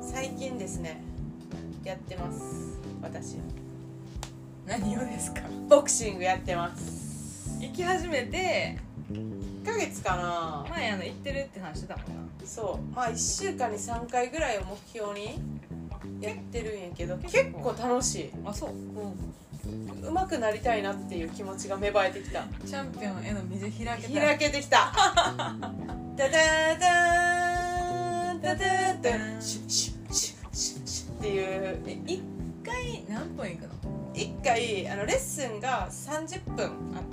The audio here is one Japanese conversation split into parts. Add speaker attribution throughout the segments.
Speaker 1: 最近ですねやってます私
Speaker 2: 何をですか
Speaker 1: ボクシングやってます
Speaker 2: 行き始めて
Speaker 1: 1ヶ月かな
Speaker 2: 前あの行ってるって話してたもんな
Speaker 1: そうまあ1週間に3回ぐらいを目標にやってるんやけど結構楽しい
Speaker 2: あそう、
Speaker 1: 上手くなりたいなっていう気持ちが芽生えてきた
Speaker 2: チャンピオンへの水開けた
Speaker 1: 開けてきたダダダーンダダーダーンシュッシュッシュッシュッシュッっていう
Speaker 2: え一回何分行くの
Speaker 1: 1回あのレッスンが30分あっ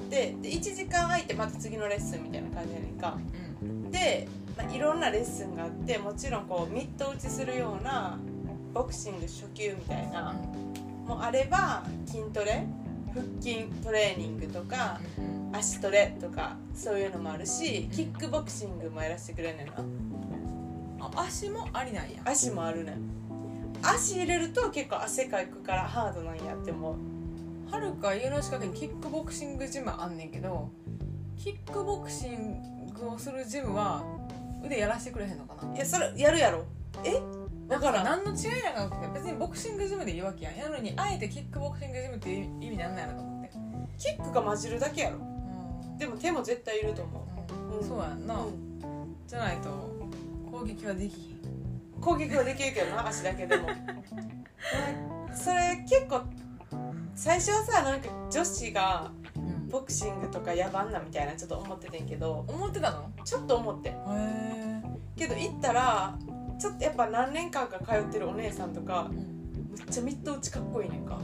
Speaker 1: てで1時間空いてまた次のレッスンみたいな感じやねんか
Speaker 2: うん
Speaker 1: で、まあ、いろんなレッスンがあってもちろんこうミット打ちするようなボクシング初級みたいなもあれば筋トレ腹筋トレーニングとか足トレとかそういうのもあるしキックボクシングもやらせてくれんねんな
Speaker 2: あ足もありなんや
Speaker 1: 足もあるねん足入れると結構汗かくからハードなんやって思う
Speaker 2: はるか家の近くにキックボクシングジムあんねんけどキックボクシングをするジムは腕やらしてくれへんのかない
Speaker 1: やそれやるやろえだからん
Speaker 2: 何の違いなんかなくて別にボクシングジムでいいわけやんやのにあえてキックボクシングジムっていう意味なんなんやろと思って
Speaker 1: キックが混じるだけやろ
Speaker 2: うん
Speaker 1: でも手も絶対いると思
Speaker 2: うんそうやん
Speaker 1: う、
Speaker 2: な、じゃないと攻撃はできひん
Speaker 1: 攻撃はできるけどな足だけでもうんそれ結構最初はさなんか女子がボクシングとか野蛮なみたいなちょっと思っててんけど
Speaker 2: 思ってたの
Speaker 1: ちょっと思ってん
Speaker 2: へ
Speaker 1: けど行ったらちょっとやっぱ何年間か通ってるお姉さんとか
Speaker 2: え
Speaker 1: めっちゃミット打ちかっこいいねんか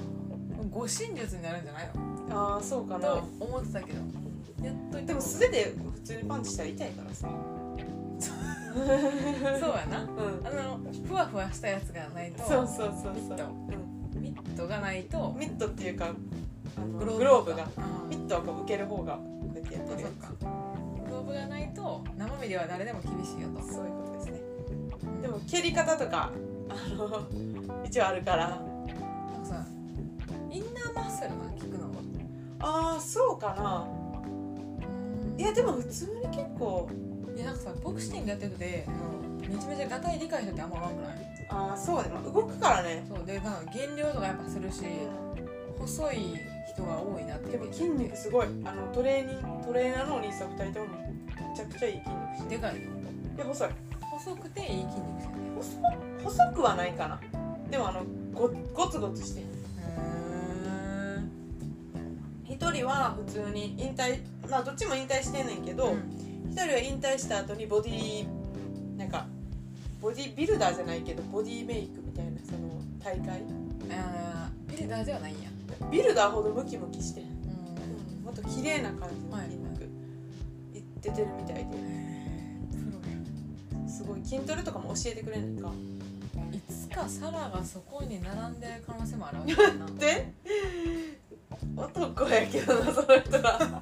Speaker 2: 護身術になるんじゃない
Speaker 1: ああそうか
Speaker 2: の
Speaker 1: な
Speaker 2: と思ってたけどやっとい
Speaker 1: で
Speaker 2: て
Speaker 1: も
Speaker 2: も
Speaker 1: 素
Speaker 2: そ
Speaker 1: 手で普通にパンチしたら痛いからさ
Speaker 2: うやな
Speaker 1: うん
Speaker 2: あのふわふわしたやつがないと
Speaker 1: そうそうそうそう
Speaker 2: ミットミットがないと
Speaker 1: ミットっていうかあのグロ
Speaker 2: グ
Speaker 1: ーブが
Speaker 2: あー
Speaker 1: ミットはこう受ける方がこうやってやってるや
Speaker 2: そっかグローブがないと生身では誰でも厳しいよと
Speaker 1: つそういうことですねでも蹴り方とかあの 一応あるから
Speaker 2: なんかさインナーマッスルな聞くのは
Speaker 1: ああそうかないやでも普通に結構
Speaker 2: いやなんかさボクシングやってるでめちゃめちゃガタイ理解してるってあんまわんくない
Speaker 1: ああそうねまあ動くからね
Speaker 2: そうでなんか減量とかやっぱするし細い人が多いなって
Speaker 1: でも筋肉すごいあのトレーニングトレーナーのお兄さん2人ともめちゃくちゃいい筋肉して
Speaker 2: で
Speaker 1: る
Speaker 2: かいの
Speaker 1: いや細い
Speaker 2: 細くていい筋肉してる
Speaker 1: 細細くはないかなでもあのごゴツゴツしてる1人は普通に引退まあどっちも引退してんねんけど、一人は引退した後にボディなんかボディビルダーじゃないけどボディメイクみたいなその大会
Speaker 2: あービルダーではないんや
Speaker 1: ビルダーほどムキムキしてん
Speaker 2: うん
Speaker 1: もっと綺麗な感じの
Speaker 2: はい
Speaker 1: 筋肉いっててるみたいですごい筋トレとかも教えてくれないか
Speaker 2: いつかサラがそこに並んでる可能性もあるわけだな
Speaker 1: で男やけどなその人は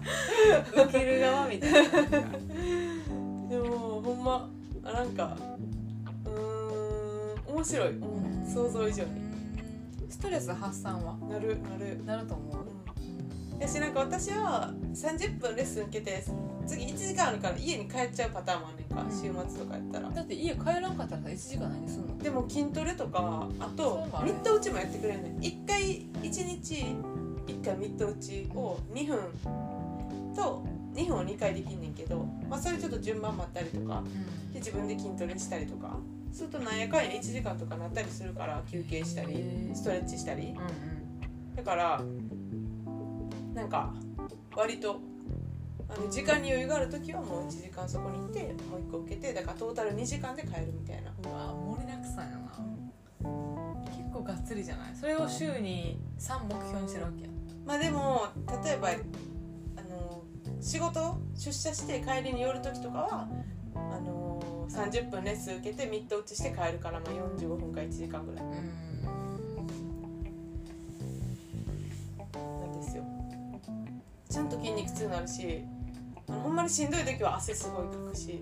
Speaker 2: 受ける側みたいな
Speaker 1: でもほんまあなんかうーん面白い、
Speaker 2: ん
Speaker 1: 想像以上に
Speaker 2: ストレス発散は
Speaker 1: なるなる、
Speaker 2: なると思
Speaker 1: う
Speaker 2: うん
Speaker 1: やしなんか私は30分レッスン受けて次1時間あるから家に帰っちゃうパターンもあるねんか、
Speaker 2: うん
Speaker 1: 週末とかやったら
Speaker 2: だって家帰らんかったらさ1時間何すんの
Speaker 1: でも筋トレとかあと
Speaker 2: そうなん
Speaker 1: ミ
Speaker 2: や
Speaker 1: ット打ちもやってくれるねん1回1日1回ミット打ちを2分と2分を2回できんねんけど、まあ、それちょっと順番待ったりとかで自分で筋トレしたりとかするとなんやかんや1時間とかなったりするから休憩した
Speaker 2: へ
Speaker 1: り
Speaker 2: ー
Speaker 1: ストレッチしたり
Speaker 2: うん
Speaker 1: だからなんか割とあの時間に余裕がある時はもう1時間そこに行ってもう1個受けてだからトータル2時間で帰るみたいな
Speaker 2: うんうわ盛りだくさんやな結構がっつりじゃないそれを週に3目標にしてるわけや
Speaker 1: まあでも例えばあの仕事出社して帰りに寄る時とかはあの30分レッスン受けてミット打ちして帰るから、まあ、45分か1時間ぐらい
Speaker 2: うん
Speaker 1: なんですよちゃんと筋肉痛になるしあのほんまにしんどい時は汗すごいかくし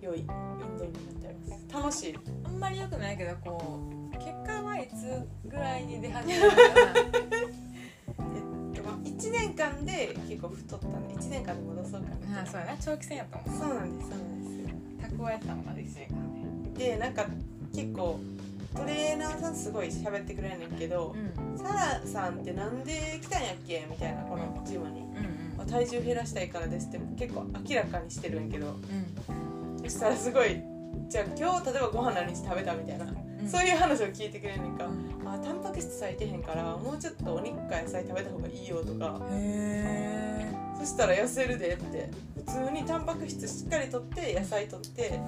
Speaker 1: 良い運動になっております楽しい
Speaker 2: あんまり良くないけどこう結果はいつぐらいに出始めるのかな
Speaker 1: 1年間で結構太ったんで1年間で戻そうか
Speaker 2: あ
Speaker 1: な
Speaker 2: あそうやな長期戦やったもん
Speaker 1: そうなんですそうなんです
Speaker 2: 蓄えてたもんな1年間ね
Speaker 1: でなんか結構トレーナーさんすごい喋ってくれんねんけど「サラさんってなんで来たんやっけ?」みたいなこのジムに
Speaker 2: うんう
Speaker 1: 「
Speaker 2: ん
Speaker 1: 体重減らしたいからです」って結構明らかにしてるんやけど
Speaker 2: う
Speaker 1: そしたらすごい「じゃあ今日例えばご飯何食べた?」みたいな、
Speaker 2: ん
Speaker 1: そういう話を聞いてくれんねんか
Speaker 2: うん
Speaker 1: 「あタンパク質割いてへんからもうちょっとお肉か野菜食べた方がいいよ」とか
Speaker 2: へえ
Speaker 1: そしたら痩せるでって普通にタンパク質しっかりとって野菜とって、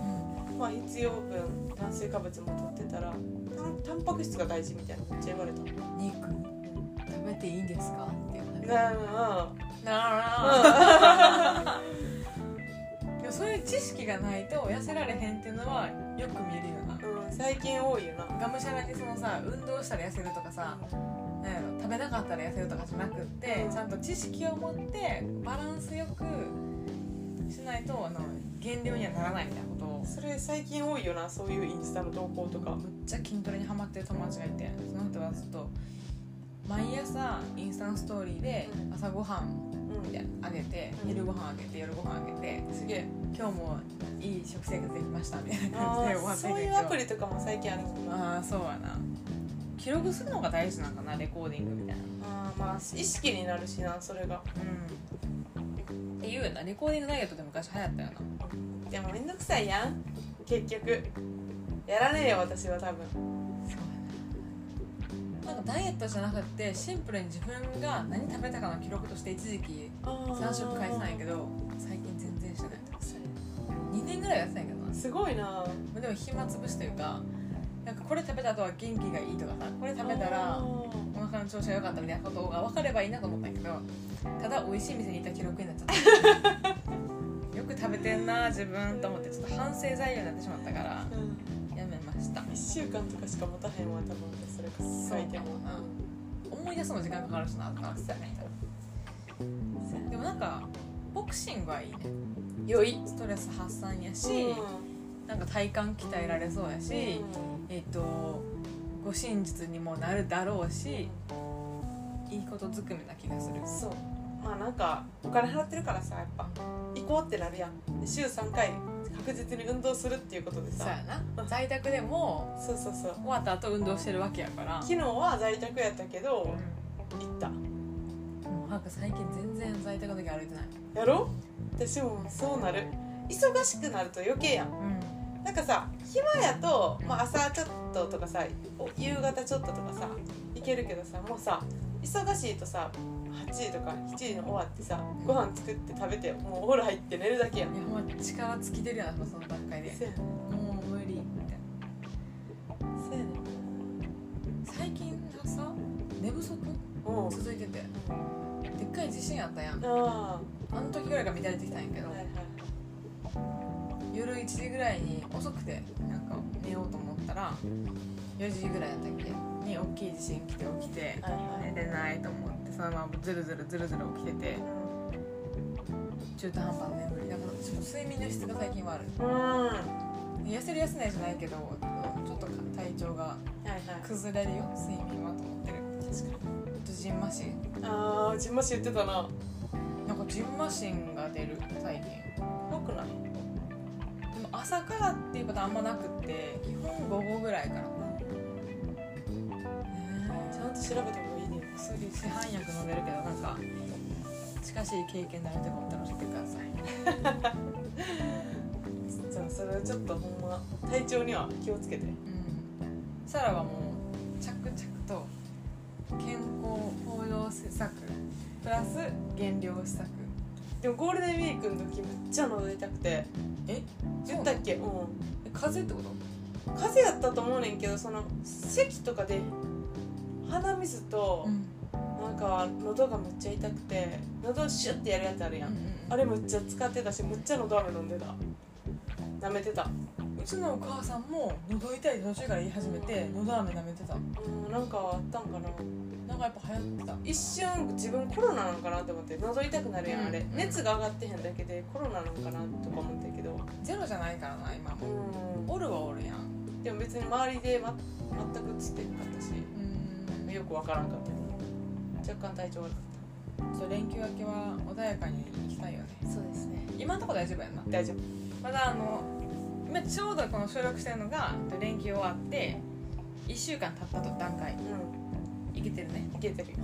Speaker 1: まあ、必要分炭水化物もとってたらタンタンパク質が大事みたいなめっちゃ言われた
Speaker 2: 肉食べていいんですかっていう感じ
Speaker 1: なあ
Speaker 2: なあ でもそういう知識がないと痩せられへんっていうのはよく見えるよな
Speaker 1: うん最近多いよな
Speaker 2: がむしゃらにそのさ運動したら痩せるとかさなんやろ食べなかったら痩せるとかじゃなくってちゃんと知識を持ってバランスよくしないとあの減量にはならないみたいなことを
Speaker 1: それ最近多いよなそういうインスタの投稿とか
Speaker 2: むっちゃ筋トレにハマってる友達がいてその人はずっと毎朝インスタントストーリーで
Speaker 1: うん
Speaker 2: 朝ごはん
Speaker 1: うん
Speaker 2: みたいなのあげて
Speaker 1: うん
Speaker 2: 昼ごはんあげて夜ごはんあげて
Speaker 1: すげえ
Speaker 2: 今日もいい食生活できましたみたいな
Speaker 1: あ
Speaker 2: 感じで終わ
Speaker 1: ー
Speaker 2: って
Speaker 1: そ
Speaker 2: いく
Speaker 1: うい
Speaker 2: け
Speaker 1: う
Speaker 2: ど
Speaker 1: アプリとかも最近あるもんな
Speaker 2: ああそうやな記録するのが大事なんかなレコーディングみたいな
Speaker 1: あーまあ意識になるしなそれが
Speaker 2: うんっていうよなレコーディングダイエットで昔流行ったよな
Speaker 1: でもめんどくさいやん結局やらねえよ私は多分
Speaker 2: そうやななんかダイエットじゃなくってシンプルに自分が何食べたかの記録として一時期3食書いてたんやけど最近全然してない2年ぐらいやってたんやけどな
Speaker 1: すごいな
Speaker 2: でも暇つぶしというかなんかこれ食べた後は元気がいいとかさこれ食べたらお腹の調子が良かったみたいなことが分かればいいなと思ったんやけどただ美味しい店に行った記録になっちゃったよく食べてんな自分と思ってちょっと反省材料になってしまったからやめました
Speaker 1: 1週間とかしか持たへんわ多分それ書いても
Speaker 2: な思い出すの時間かかるしなとかってねでもなんかボクシングはいいね
Speaker 1: 良い
Speaker 2: ストレス発散やし、
Speaker 1: し
Speaker 2: なんか体幹鍛えられそうやし、えっ、と護身術にもなるだろうしいいことずくめな気がする
Speaker 1: そうまあなんかお金払ってるからさやっぱ行こうってなるやんで週3回確実に運動するっていうことで
Speaker 2: そう
Speaker 1: さ
Speaker 2: やな在宅でも
Speaker 1: そうそうそう
Speaker 2: 終わった後運動してるわけやから
Speaker 1: 昨日は在宅やったけど行った
Speaker 2: もうなんか最近全然在宅の時歩いてない
Speaker 1: やろ私もそうなる忙しくなると余計やん
Speaker 2: うん
Speaker 1: なんかさ暇やと、まあ、朝ちょっととかさお夕方ちょっととかさ行けるけどさもうさ忙しいとさ8時とか7時に終わってさご飯作って食べてもうお風呂入って寝るだけやん
Speaker 2: いやほんま力尽きてるやなその段階で
Speaker 1: せやねん
Speaker 2: もう無理みたいな
Speaker 1: せやねん
Speaker 2: 最近のさ寝不足
Speaker 1: うん
Speaker 2: 続いてて
Speaker 1: あ
Speaker 2: でっかい地震あったやん
Speaker 1: あ
Speaker 2: あの時ぐらいが乱れてきたんやけど
Speaker 1: はいはい
Speaker 2: 夜1時ぐらいに遅くてなんか寝ようと思ったら4時ぐらいだったっけに大きい地震来て起きて
Speaker 1: はいは
Speaker 2: 寝
Speaker 1: い
Speaker 2: てないと思ってそのままズルズルズルズル起きてて中途半端な眠りだからちょっと睡眠の質が最近悪
Speaker 1: うんはい
Speaker 2: い痩せる痩せないじゃないけどちょっと体調が
Speaker 1: はい
Speaker 2: 崩れるよ睡眠はと思ってる
Speaker 1: 確か
Speaker 2: あとジンマシン
Speaker 1: にああじんまし言ってたな
Speaker 2: なんかジンマシンが出る最近
Speaker 1: 怖くない
Speaker 2: でも朝からっていうことあんまなくって基本午後ぐらいから
Speaker 1: ちゃんと調べた方がいいね
Speaker 2: 薬市販薬飲んでるけどなんか近しい経験になると思ったら教えてください
Speaker 1: じゃあそれはちょっとほんま体調には気をつけて
Speaker 2: うんサラはもう着々と健康行動施策プラス減量施策
Speaker 1: でもゴールデンウィークの時めっちゃ喉痛くて
Speaker 2: え
Speaker 1: 言ったっけうん
Speaker 2: え風邪ってこと
Speaker 1: 風邪やったと思うねんけどその咳とかで鼻水と
Speaker 2: ん
Speaker 1: なんか喉がめっちゃ痛くて喉シュッてやるやつあるやん、あれむっちゃ使ってたしむっちゃ喉飴飲んでた舐めてた
Speaker 2: うちのお母さんも喉痛い途中から言い始めて喉飴舐めてた
Speaker 1: うんなんかあったんかな
Speaker 2: なんかやっぱ流行ってた
Speaker 1: 一瞬自分コロナなんかなと思って喉痛くなるやんあれ、
Speaker 2: うん
Speaker 1: 熱が上がってへんだけでコロナなんかなとか思ったけど
Speaker 2: ゼロじゃないからな今も
Speaker 1: う
Speaker 2: おるはおるやん
Speaker 1: んでも別に周りで、ま、全くつってなかったし
Speaker 2: うん
Speaker 1: よくわからんかったけど若干体調悪かっ
Speaker 2: そう連休明けは穏やかに行きたいよね
Speaker 1: たそうですね
Speaker 2: 今のところ大丈夫やんな
Speaker 1: 大丈夫
Speaker 2: まだあの今ちょうどこの収録してるのが連休終わって1週間経ったと段階
Speaker 1: う
Speaker 2: いけてるね
Speaker 1: んいけてるよ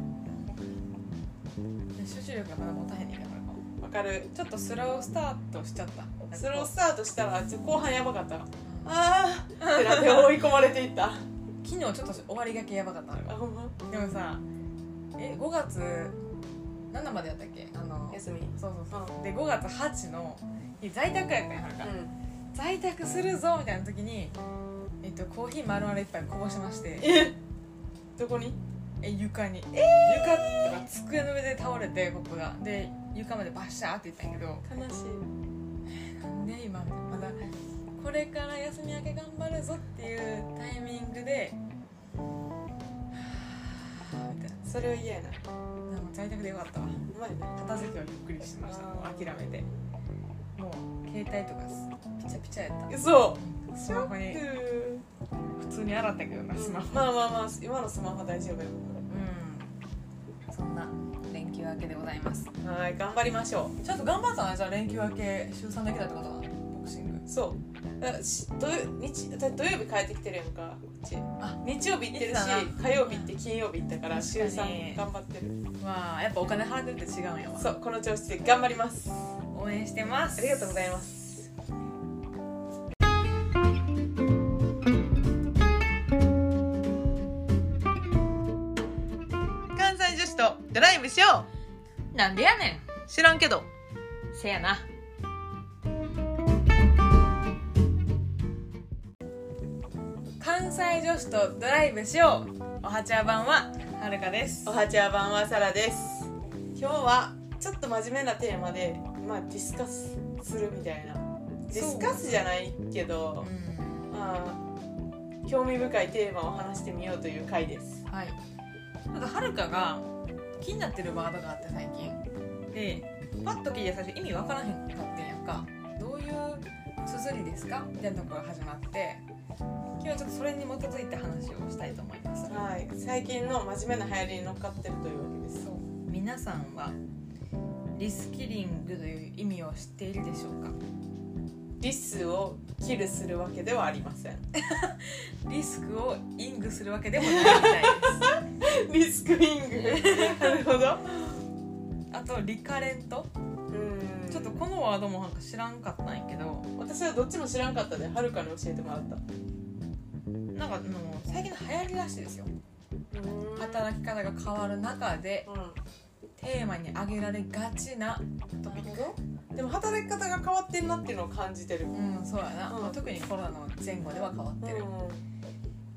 Speaker 2: 集中力がまだ持たへんねんからこれ
Speaker 1: わかる
Speaker 2: ちょっとスロースタートしちゃった
Speaker 1: スロースタートしたらちょ後半やばかった
Speaker 2: あ
Speaker 1: あーってなって追い込まれていった
Speaker 2: 昨日ちょっと終わりがけやばかったの
Speaker 1: あほんま
Speaker 2: でもさえ5月7までやったっけあの
Speaker 1: 休み
Speaker 2: そうそうそうで5月8の日在宅やったんやはるか、
Speaker 1: うん
Speaker 2: 在宅するぞみたいな時に、えっと、コーヒー丸々一杯こぼしまして
Speaker 1: えどこに
Speaker 2: え床に、床とか机の上で倒れてコップがで床までバッシャーっていったんやけど
Speaker 1: 悲しい
Speaker 2: なんで今まだこれから休み明け頑張るぞっていうタイミングではぁみたいな
Speaker 1: それは嫌やな
Speaker 2: なんか在宅でよかったわ
Speaker 1: うまいな
Speaker 2: 片付けをゆっくりしましたもう諦めてもう携帯とかピチャピチャやっ
Speaker 1: そ
Speaker 2: た
Speaker 1: う
Speaker 2: スマホに普通に洗ったけどなスマホ
Speaker 1: まあまあまあ今のスマホ大丈夫よ
Speaker 2: うんそんな連休明けでございます
Speaker 1: はい頑張りましょ
Speaker 2: ちょっと頑張ったねじゃあ連休明け週3だけだってことなボクシング
Speaker 1: うそうだし土曜日だ土曜日帰ってきてるやんかこっち
Speaker 2: あ
Speaker 1: 日曜日行ってるし
Speaker 2: 行ってたな
Speaker 1: 火曜日行って金曜日行ったから
Speaker 2: 確
Speaker 1: 週
Speaker 2: かに
Speaker 1: 3頑張ってる
Speaker 2: まあやっぱお金払ってるって違うんやわ
Speaker 1: そうこの調子で頑張ります
Speaker 2: 応援してます
Speaker 1: ありがとうございますす関西女子とドライブしよ
Speaker 2: なんでやね
Speaker 1: う知らんけど
Speaker 2: んせやな関西女子とドライブしようおはちゃ版ははるかです
Speaker 1: おはちゃばんはさらです今日はちょっと真面目なテーマでまあディスカスするみたいなディスカスじゃないけど、
Speaker 2: ん
Speaker 1: まあ興味深いテーマを話してみようという回です
Speaker 2: はい。なんかはるかが気になってるワードがあって最近。で、パッと聞いて最初意味わからへんかってんやんか。どういう綴りですかみたいなところが始まって、今日はちょっとそれに基づいて話をしたいと思います。
Speaker 1: はい最近の真面目な流行りに乗っかってるというわけです
Speaker 2: そう。皆さんはリスキリングという意味を知っているでしょうか。
Speaker 1: リスをキルするわけではありません
Speaker 2: リスクをイングするわけでもないみたいです。
Speaker 1: リスクイング なるほ ど
Speaker 2: あとリカレント。
Speaker 1: うん
Speaker 2: ちょっとこのワードもなんか知らんかったんやけど。
Speaker 1: 私はどっちも知らんかったではるかに教えてもらった
Speaker 2: なんかあの最近流行りらしいですよ
Speaker 1: 働
Speaker 2: 働き方が変わる中で
Speaker 1: うん
Speaker 2: テーマに挙げられがちなト
Speaker 1: な
Speaker 2: ピ
Speaker 1: る
Speaker 2: ック
Speaker 1: ほどでも働き方が変わってんなっていうのを感じてる
Speaker 2: うんそうやな、
Speaker 1: うん
Speaker 2: まあ特にコロナの前後では変わってる、
Speaker 1: は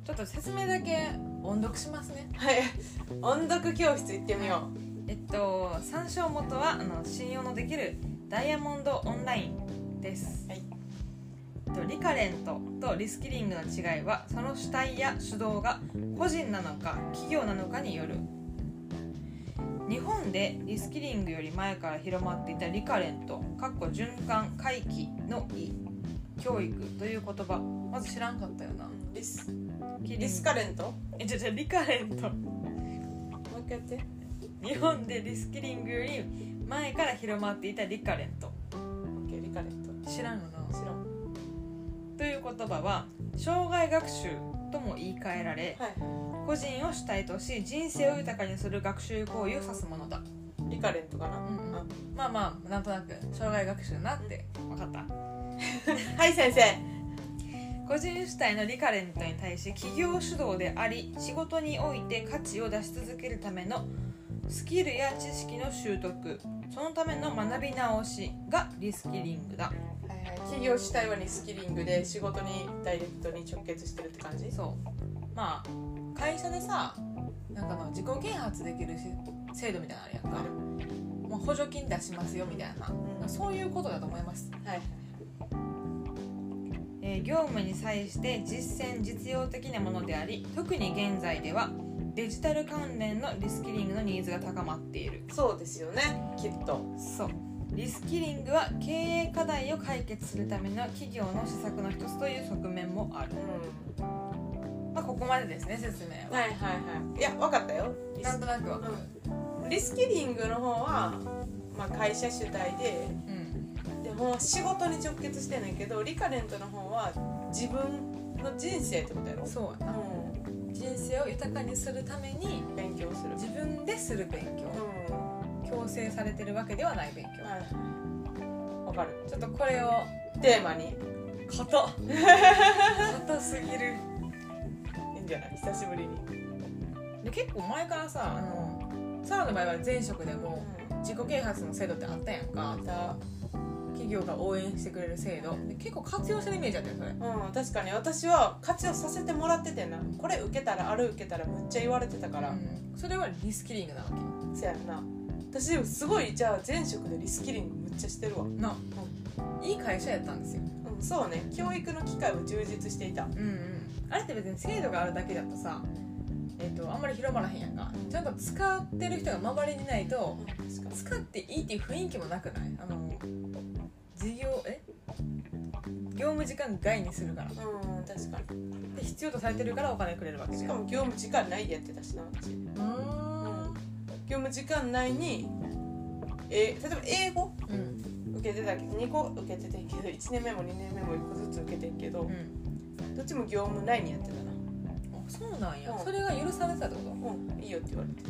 Speaker 2: ちょっと説明だけ音読しますね
Speaker 1: い音読教室行ってみよ
Speaker 2: えっと参照元はあの信用のできるダイヤモンドオンラインです、
Speaker 1: はい
Speaker 2: えっとリカレントとリスキリングの違いはその主体や主導が個人なのか企業なのかによる日本でリスキリングより前から広まっていたリカレントかっこ循環回帰の意教育という言葉まず知らんかったよな
Speaker 1: うリス
Speaker 2: キリ
Speaker 1: リ
Speaker 2: ン
Speaker 1: スカレントも
Speaker 2: えじゃじゃリカレント
Speaker 1: う一回やって
Speaker 2: 日本でリスキリングより前から広まっていたリカレント
Speaker 1: OK リカレン
Speaker 2: 知らんよ
Speaker 1: ト
Speaker 2: な
Speaker 1: 知らん
Speaker 2: という言葉は障害学習とも言い換えられ
Speaker 1: は
Speaker 2: 個人を主体とし人生を豊かにする学習行為を指すものだ、
Speaker 1: いリカレントかなあ
Speaker 2: まあまあなんとなく障害学習なって分かった
Speaker 1: はい先生
Speaker 2: 個人主体のリカレントに対し企業主導であり仕事において価値を出し続けるためのスキルや知識の習得そのための学び直しがリスキリングだ
Speaker 1: はいはい企業主体はリスキリングで仕事にダイレクトに直結してるって感じ
Speaker 2: そうまあ会社でさなんかまあ自己啓発できるし制度みたいなのあるやんかもう補助金出しますよみたいな、
Speaker 1: うん
Speaker 2: そういうことだと思います、
Speaker 1: はい
Speaker 2: えー業務に際して実践実用的なものであり特に現在ではデジタル関連のリスキリングのニーズが高まっている
Speaker 1: そうですよねきっと
Speaker 2: そうリスキリングは経営課題を解決するための企業の施策の一つという側面もある
Speaker 1: う、ん
Speaker 2: まあ、ここまでですね説明は
Speaker 1: はいはいはいいや分かったよリ
Speaker 2: な
Speaker 1: ス
Speaker 2: んとなくわかる
Speaker 1: リスキリングの方は、まあ、会社主体で
Speaker 2: うん、
Speaker 1: でも仕事に直結してんねんけどリカレントの方は自分の人生ってことやろ
Speaker 2: そうやな
Speaker 1: う
Speaker 2: 生を豊かにするために
Speaker 1: 勉強する
Speaker 2: 自分でする勉強
Speaker 1: うん
Speaker 2: 強制されてるわけではない勉強
Speaker 1: はいわかる
Speaker 2: ちょっとこれを
Speaker 1: テーマに
Speaker 2: 硬っ硬すぎる
Speaker 1: いいんじゃない久しぶりに、
Speaker 2: で結構前からさあのサラの場合は前職でも自己啓発の制度ってあったやんか
Speaker 1: だ
Speaker 2: 企業が応援してくれる制度で結構活用してるイメージあったよそれ
Speaker 1: うん確かに私は活用させてもらっててんなこれ受けたらあれ受けたらむっちゃ言われてたから、
Speaker 2: うんそれはリスキリングなわけ
Speaker 1: せやんな私でもすごいじゃあ前職でリスキリングむっちゃしてるわ、
Speaker 2: な、いい会社やったんですよ
Speaker 1: うん、そうね教育の機会を充実していた
Speaker 2: うんうんあれって別に制度があるだけだとさえっ、とあんまり広まらへんやんかちゃんと使ってる人が周りにないと
Speaker 1: 確かに
Speaker 2: 使っていいっていう雰囲気もなくないあの事業え業務時間外にするから
Speaker 1: うん確かに
Speaker 2: で必要とされてるからお金くれるわけ
Speaker 1: し
Speaker 2: じゃ
Speaker 1: か
Speaker 2: ん
Speaker 1: も業務時間内でやってたしな私
Speaker 2: うーん
Speaker 1: 業務時間内にえ例えば英語
Speaker 2: うん
Speaker 1: 受けてたけど2個受けててんけど1年目も2年目も1個ずつ受けてんけど、
Speaker 2: うん
Speaker 1: どっちも業務内にやってたな
Speaker 2: あそうなんや
Speaker 1: うん
Speaker 2: それが許されてたってこと
Speaker 1: うんいいよって言われて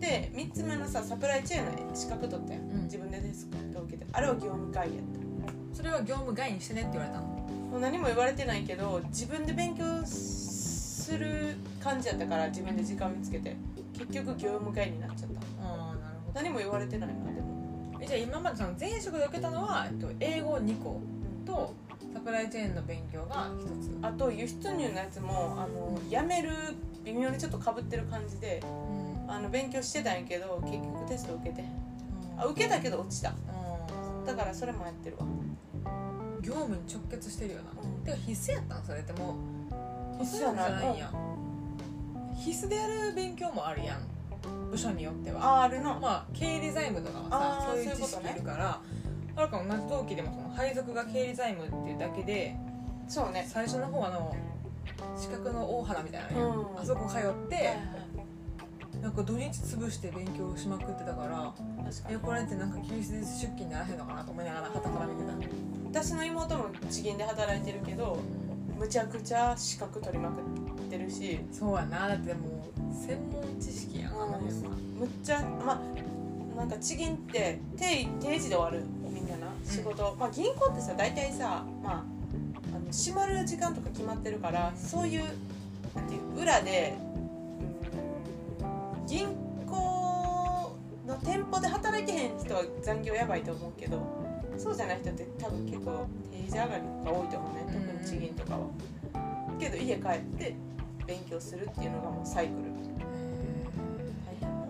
Speaker 1: で3つ目のさサプライチェーンの資格取ったやん
Speaker 2: うん
Speaker 1: 自分でデスクと受けてあれは業務会議やった
Speaker 2: それは業務外にしてねって言われたの
Speaker 1: もう何も言われてないけど自分で勉強する感じやったから自分で時間見つけて結局業務会議になっちゃった
Speaker 2: ああなるほ
Speaker 1: 何も言われてないなでも
Speaker 2: どじゃあ今までその前職で受けたのは、えっと、英語2個とサプライチェーンの勉強が1つ
Speaker 1: あと輸出入のやつもあの辞める微妙にちょっとかぶってる感じで
Speaker 2: うん
Speaker 1: あの勉強してたんやけど結局テスト受けてへんあ
Speaker 2: あ
Speaker 1: 受けたけど落ちた
Speaker 2: う
Speaker 1: だからそれもやってるわ
Speaker 2: ん業務に直結してるよな
Speaker 1: うん
Speaker 2: てか必須やったんそれってもう
Speaker 1: 必須やな
Speaker 2: そううんじゃないんや必須でやる勉強もあるやん部署によっては
Speaker 1: ああるな
Speaker 2: まあ経理財務とかはさ
Speaker 1: あー
Speaker 2: そうい
Speaker 1: そ
Speaker 2: う
Speaker 1: うい
Speaker 2: 知
Speaker 1: うこと
Speaker 2: 識
Speaker 1: ね
Speaker 2: いるからはるか同じ同期でもその配属が経理財務っていうだけで
Speaker 1: そうね
Speaker 2: 最初の方はあの資格の大原みたいなのや
Speaker 1: うん
Speaker 2: あそこ通ってなんか土日潰して勉強しまくってたから
Speaker 1: 確か
Speaker 2: え
Speaker 1: に
Speaker 2: これってなんか休日出勤にならへんのかなと思いながら傍から見てた
Speaker 1: 私の妹も地銀で働いてるけどむちゃくちゃ資格取りまくってるし
Speaker 2: そうやなだってもう専門知識やんあの辺は
Speaker 1: むっちゃまあなんか地銀って定定時で終わるみんなな仕事、まあ銀行ってさ大体さまああの閉まる時間とか決まってるからそういうなんていう裏でうん銀行の店舗で働いてへん人は残業やばいと思うけどそうじゃない人って多分結構定時上がりが多いと思うね特に地銀とかは。けど家帰って勉強するっていうのがもうサイクル。大変な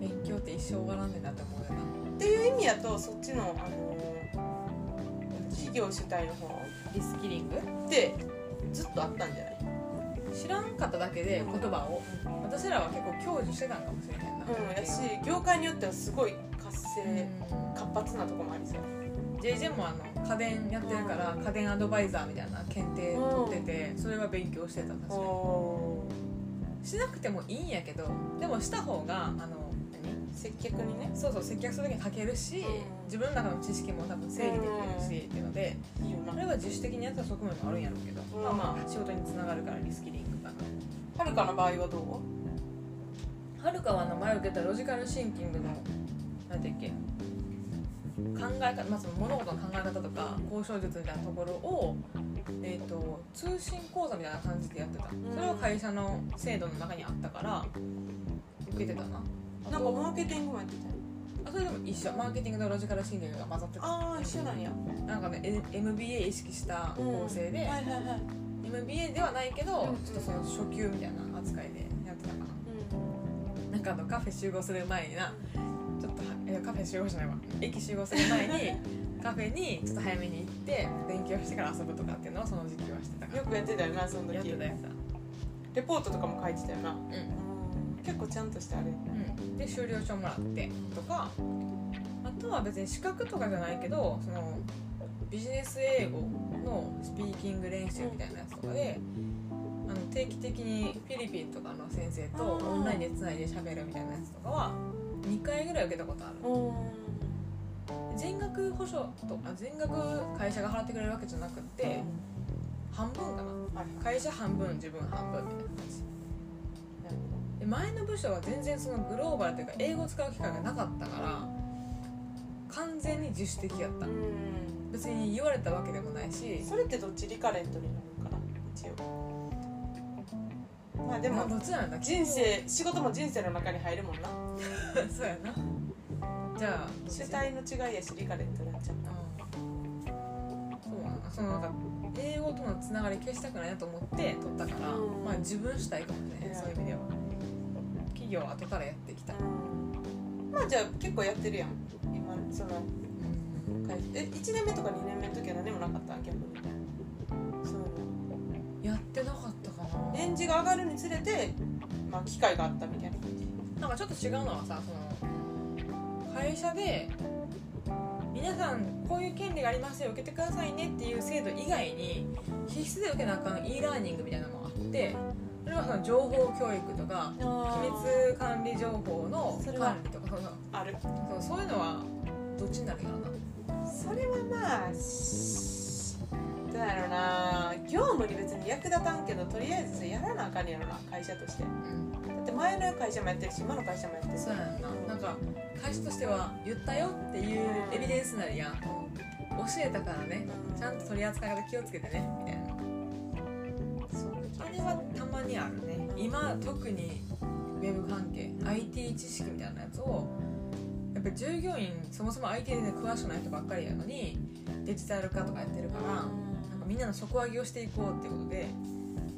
Speaker 2: 勉強って一生終わらんねんなって思うよな
Speaker 1: っていう意味だとそっちの、あの企業主体の方
Speaker 2: リスキリング
Speaker 1: ってずっとあったんじゃない
Speaker 2: 知らんかっただけで言葉を私らは結構享受してたんかもしれへんな
Speaker 1: うんやし業界によってはすごい活性
Speaker 2: う
Speaker 1: 活発なとこもありそう
Speaker 2: JJ もあの家電やってるから家電アドバイザーみたいな検定取っててそれは勉強してた確かに
Speaker 1: お
Speaker 2: しなくてもいいんやけどでもした方があの何
Speaker 1: 接客にね
Speaker 2: そうそう接客する時に書けるし
Speaker 1: うん
Speaker 2: 自分の中の知識も多分整理できるしっていうので
Speaker 1: いいよな
Speaker 2: あれは自主的にやった側面もあるんやろうけど
Speaker 1: うん
Speaker 2: まあまあ仕事につながるからリスキリングかな
Speaker 1: はるかの場合はど
Speaker 2: はるかはあの前受けたロジカルシンキングの何て言うっけ考え方、まあ、その物事の考え方とか交渉術みたいなところを、えー、と通信講座みたいな感じでやってた
Speaker 1: ん
Speaker 2: それは会社の制度の中にあったから受けてたな
Speaker 1: うなんかマーケティングもやってたよ
Speaker 2: あそれでも一緒マーケティングとロジカルシンキングが混ざってた
Speaker 1: ああ一緒なんやは
Speaker 2: なんかね M- MBA 意識した構成で、
Speaker 1: いはいはい、
Speaker 2: MBA ではないけど、
Speaker 1: うん
Speaker 2: ちょっとその初級みたいな扱いでやってたかななんかあのカフェ集合する前になちょっとはいやカフェ集合じゃないわ駅集合する 前にカフェにちょっと早めに行って勉強してから遊ぶとかっていうのはその時期はしてた
Speaker 1: う
Speaker 2: か
Speaker 1: ん、よくやってたよなその
Speaker 2: らやって
Speaker 1: 時
Speaker 2: たやってた
Speaker 1: レポートとかも書いてたよな
Speaker 2: うん
Speaker 1: うん結構ちゃんとしてあれ
Speaker 2: うんで修了証もらってとかあとは別に資格とかじゃないけどそのビジネス英語のスピーキング練習みたいなやつとかであの定期的にフィリピンとかの先生と
Speaker 1: あー
Speaker 2: オンラインでつないで喋るみたいなやつとかは2回ぐらい受けたことある
Speaker 1: う
Speaker 2: 全額保証とあ全額会社が払ってくれるわけじゃなくって半分かな会社半分自分半分みたいな感じで前の部署は全然そのグローバルというか英語を使う機会がなかったから完全に自主的やった
Speaker 1: うん
Speaker 2: 別に言われたわけでもないし
Speaker 1: それってどっちリカレントになるのかな一応まあで
Speaker 2: でも
Speaker 1: も
Speaker 2: どっちなんだ
Speaker 1: 人
Speaker 2: そう
Speaker 1: 生仕事も人生の中に入るもんな
Speaker 2: やなじゃあ
Speaker 1: 主体の違いやしリカレントになっちゃう
Speaker 2: うんそうなんだそのなんか英語とのつながり消したくないなと思って取ったから、
Speaker 1: うん
Speaker 2: まあ自分主体かもね、
Speaker 1: うん
Speaker 2: そういう意味では企業は後からやってきた、
Speaker 1: まあじゃあ結構やってるやん今その会社え1年目とか2年目の時は何もなかった逆にそう
Speaker 2: やってなかったかな
Speaker 1: 年次が上がるにつれてまあ機会があったみたいな感じ
Speaker 2: なんかちょっと違うのはさその会社で皆さんこういう権利がありますよ受けてくださいねっていう制度以外に必須で受けなあかん e ラーニングみたいなのもあってそれはその情報教育とか機密管理情報の
Speaker 1: それは
Speaker 2: 管理とかそうそう
Speaker 1: ある
Speaker 2: そうそういうのはどっちになるんやろな
Speaker 1: それはまあしどうやろうな業務に別に役立たんけどとりあえずやらなあかんやろな会社としてだ
Speaker 2: うん
Speaker 1: って前の会社もやってるし今の会社もやってる
Speaker 2: そうやんななんか会社としては言ったよっていうエビデンスなりやん教えたからねちゃんと取り扱い方気をつけてねみたいな
Speaker 1: そう
Speaker 2: あれはたまにあるね今特にウェブ関係 IT 知識みたいなやつをやっぱ従業員そもそも IT で詳しくない人ばっかりやのにデジタル化とかやってるからなんかみんなの底上げをしていこうってことで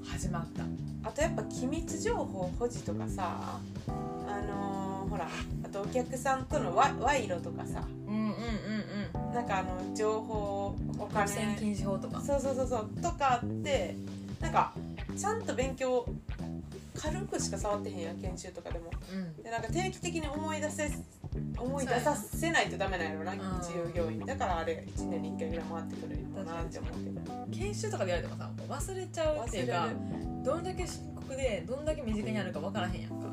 Speaker 2: 始まった
Speaker 1: あとやっぱ機密情報保持とかさあのーほらあとお客さんとのわ賄賂とかさ
Speaker 2: うんうんうんうん
Speaker 1: なんかあの情報お金
Speaker 2: 独占禁止法とか
Speaker 1: そうそうそうそうとかあってなんかちゃんと勉強軽くしか触ってへんやん研修とかでも
Speaker 2: うん
Speaker 1: でなんか定期的に思い出せ思い出させないとダメなんやろな
Speaker 2: うん
Speaker 1: 従業員だからあれ1年に1回ぐらい回ってくるのかなって思うけど
Speaker 2: 研修とかでやるとかさ忘れちゃうっていう
Speaker 1: 忘
Speaker 2: か
Speaker 1: れる
Speaker 2: どんだけ深刻でどんだけ身近にあるか分からへんやんか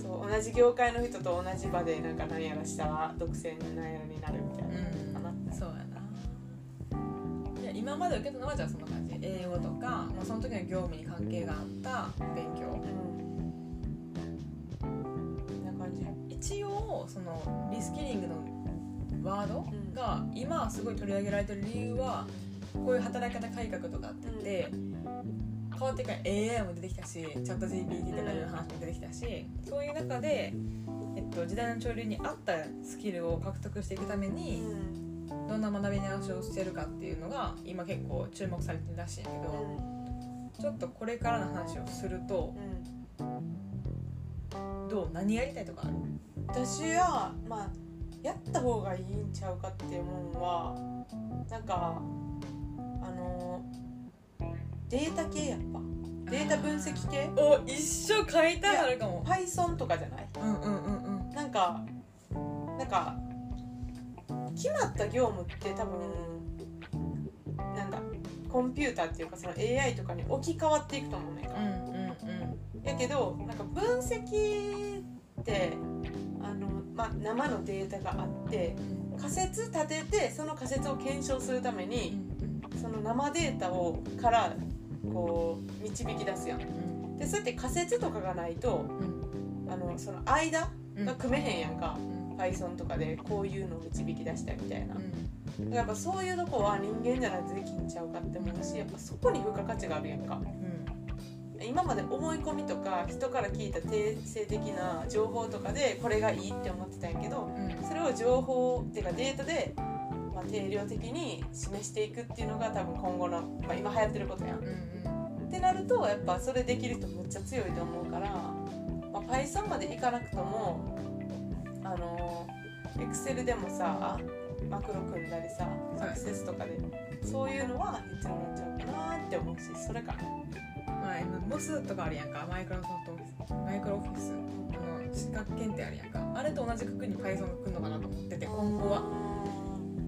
Speaker 1: そう同じ業界の人と同じ場でなんか何やらしたら独占なんやらになるみたいな、
Speaker 2: うん
Speaker 1: かな
Speaker 2: そうやないや今まで受けたのはじゃあそんな感じ英語とか、まあ、その時の業務に関係があった勉強
Speaker 1: こんな感じ
Speaker 2: 一応そのリスキリングのワードが今すごい取り上げられてる理由はこういう働き方改革とかってって、変わってから AI も出てきたしチャット GPT とかいう話も出てきたしそういう中で、えっと、時代の潮流に合ったスキルを獲得していくために、
Speaker 1: うん
Speaker 2: どんな学び直しをしてるかっていうのが今結構注目されてるらしいんやけ
Speaker 1: う
Speaker 2: ど
Speaker 1: ん
Speaker 2: ちょっとこれからの話をすると
Speaker 1: うん
Speaker 2: どう何やりたいとかある
Speaker 1: 私はまあやった方がいいんちゃうかっていうもんはなんかあのデータ系やっぱデータ分析系
Speaker 2: お一緒買いたいあるかも
Speaker 1: Python とかじゃない
Speaker 2: うんうんうんうん
Speaker 1: なんかなんか決まった業務って多分なんだコンピューターっていうかその AI とかに置き換わっていくと思うねんか、
Speaker 2: うんうん
Speaker 1: やけどなんか分析ってあの、まあ、生のデータがあって
Speaker 2: うん
Speaker 1: 仮説立ててその仮説を検証するため
Speaker 2: うん
Speaker 1: にその生データをからこう導き出すやん。
Speaker 2: うん
Speaker 1: でそうやって仮説とかがないと
Speaker 2: うん
Speaker 1: あのその間
Speaker 2: うん
Speaker 1: が組めへんやんか。
Speaker 2: うん
Speaker 1: Python とかでこういうのを導き出したみたいな
Speaker 2: う、ん
Speaker 1: やっぱそういうとこは人間じゃないとできんちゃうかって思うしやっぱそこに付加価値があるやんか今まで思い込みとか人から聞いた定性的な情報とかでこれがいいって思ってたんやけど
Speaker 2: うんうん
Speaker 1: それを情報っていうかデータで、まあ、定量的に示していくっていうのが多分今後の、まあ、今流行ってることやん
Speaker 2: うんうん
Speaker 1: ってなるとやっぱそれできる人むっちゃ強いと思うから、まあ、Python までいかなくともあの Excel でもさマクロ組んだりさサクセスとかでそういうのは必要になっちゃうかなって思うしそれかな
Speaker 2: まあ今モスとかあるやんかマイクロソフトマイクロオフィスあの資格検定あるやんかあれと同じくくりに Python が来るのかなと思ってて今後は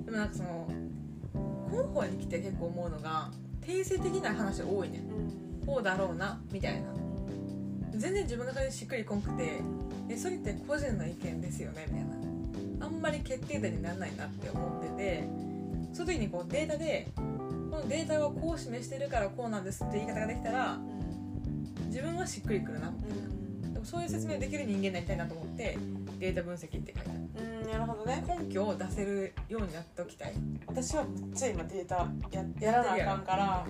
Speaker 2: でもなんかその広報に来て結構思うのが定性的な話多いね
Speaker 1: うん
Speaker 2: こうだろうなみたいな全然自分がそれにしっくりこんくてえそれって個人の意見ですよねみたいなあんまり決定打にならないなって思っててその時にこうデータでこのデータがこう示してるからこうなんですって言い方ができたら自分はしっくりくるなでもそういう説明できる人間になりたいなと思ってデータ分析って書いて
Speaker 1: うんなるほどね
Speaker 2: ある根拠を出せるようになっておきたい
Speaker 1: 私はめっちゃ今データややらなあかんから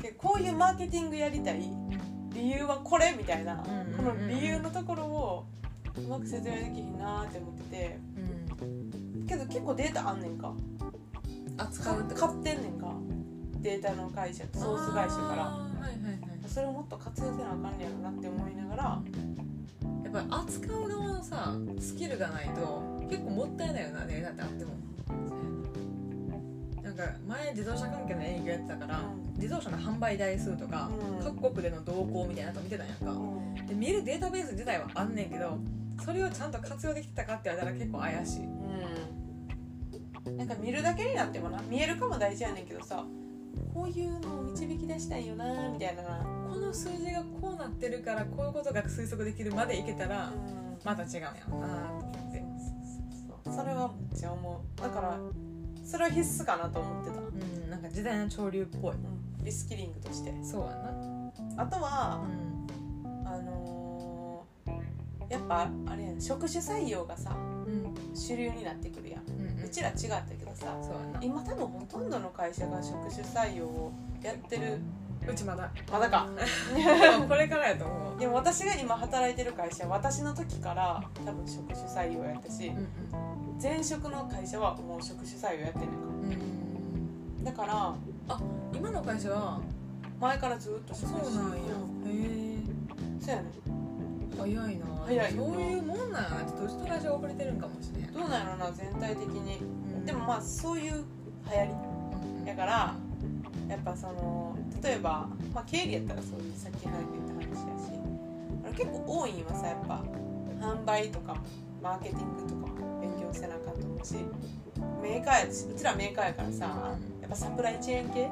Speaker 1: でこういうマーケティングやりたい理由はこれみたいな、
Speaker 2: うん
Speaker 1: この理由のところをうまく説明できひんなーって思ってて
Speaker 2: うん
Speaker 1: けど結構データあんねんか
Speaker 2: 扱
Speaker 1: 買
Speaker 2: うって
Speaker 1: 買ってんねんかデータの会社ソース会社から
Speaker 2: あーはいはいはい
Speaker 1: それをもっと活用せなあかんねやろなって思いながら
Speaker 2: やっぱり扱う側のさスキルがないと結構もったいないよなデータってあってもなんか前自動車関係の営業やってたから、
Speaker 1: うん
Speaker 2: 自動車の販売台数とか、
Speaker 1: うん
Speaker 2: 各国での動向みたいなのと見てたんやんか
Speaker 1: う
Speaker 2: で見るデータベース自体はあんねんけどそれをちゃんと活用できてたかって言われたら結構怪しい
Speaker 1: んなんか見るだけになってもな見えるかも大事やねんけどさこういうのを導き出したいよなーみたいなな
Speaker 2: この数字がこうなってるからこういうことが推測できるまでいけたら
Speaker 1: うん
Speaker 2: また違うんやろなーって思って、
Speaker 1: それはめっちゃ思うだからそれは必須かなと思ってた、
Speaker 2: うん、なんか時代の潮流っぽい
Speaker 1: リスキリングとして
Speaker 2: そうやな
Speaker 1: あとは
Speaker 2: ん
Speaker 1: あのーやっぱあれやん職種採用がさ
Speaker 2: うん
Speaker 1: 主流になってくるやん
Speaker 2: うん
Speaker 1: うちら違ったけどさ
Speaker 2: そうやな
Speaker 1: 今多分ほとんどの会社が職種採用をやってる
Speaker 2: うちまだ
Speaker 1: まだか
Speaker 2: で もこれからやと思う、
Speaker 1: でも私が今働いてる会社私の時から多分職種採用やったし
Speaker 2: う
Speaker 1: 前職の会社はもう職種採用やってんねんか
Speaker 2: んうん、
Speaker 1: だから
Speaker 2: 今の会社は
Speaker 1: 前からずっと職種
Speaker 2: へ
Speaker 1: そうやねん
Speaker 2: え早いな
Speaker 1: 早いよ
Speaker 2: そ
Speaker 1: な
Speaker 2: ういうもんなんやなちょっとうちと会社が遅れてるんかもしれん、
Speaker 1: どうなんやろな全体的に
Speaker 2: うん
Speaker 1: でもまあそういう流行りだからやっぱその例えば、まあ、経理やったらそういうさっき話言った話だしあの結構多いんはさやっぱ販売とかもマーケティングとかも勉強せなあかんと思うしメーカーやしうちらメーカーやからさやっぱサプライチェーン系
Speaker 2: うん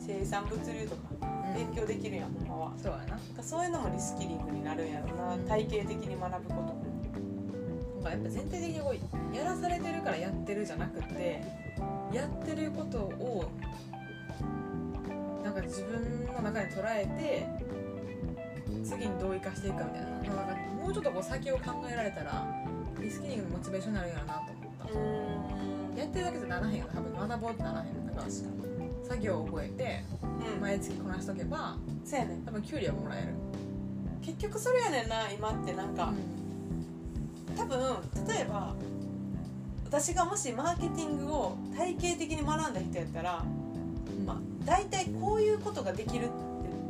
Speaker 1: 生産物流とか
Speaker 2: うん
Speaker 1: 勉強できるやんほんまは
Speaker 2: そうやな
Speaker 1: なんかそういうのもリスキリングになるんやろな体系的に学ぶことも
Speaker 2: なんかやっぱ全体的にこうやらされてるからやってるじゃなくてやってることをなんか自分の中に捉えて次にどう生かしていくかみたいななんかもうちょっとこう先を考えられたらリスキリングのモチベーションになるんやろなと思った
Speaker 1: うん
Speaker 2: やってるだけじゃならへんよ多分学ぼうってならへんだから
Speaker 1: 確かに
Speaker 2: 作業を覚えて
Speaker 1: うん
Speaker 2: 毎月こなしとけば
Speaker 1: そうやねん
Speaker 2: 多分給料もらえる、
Speaker 1: 結局それやねんな今ってなんか、多分例えば私がもしマーケティングを体系的に学んだ人やったら、まあ、大体こういうことができるって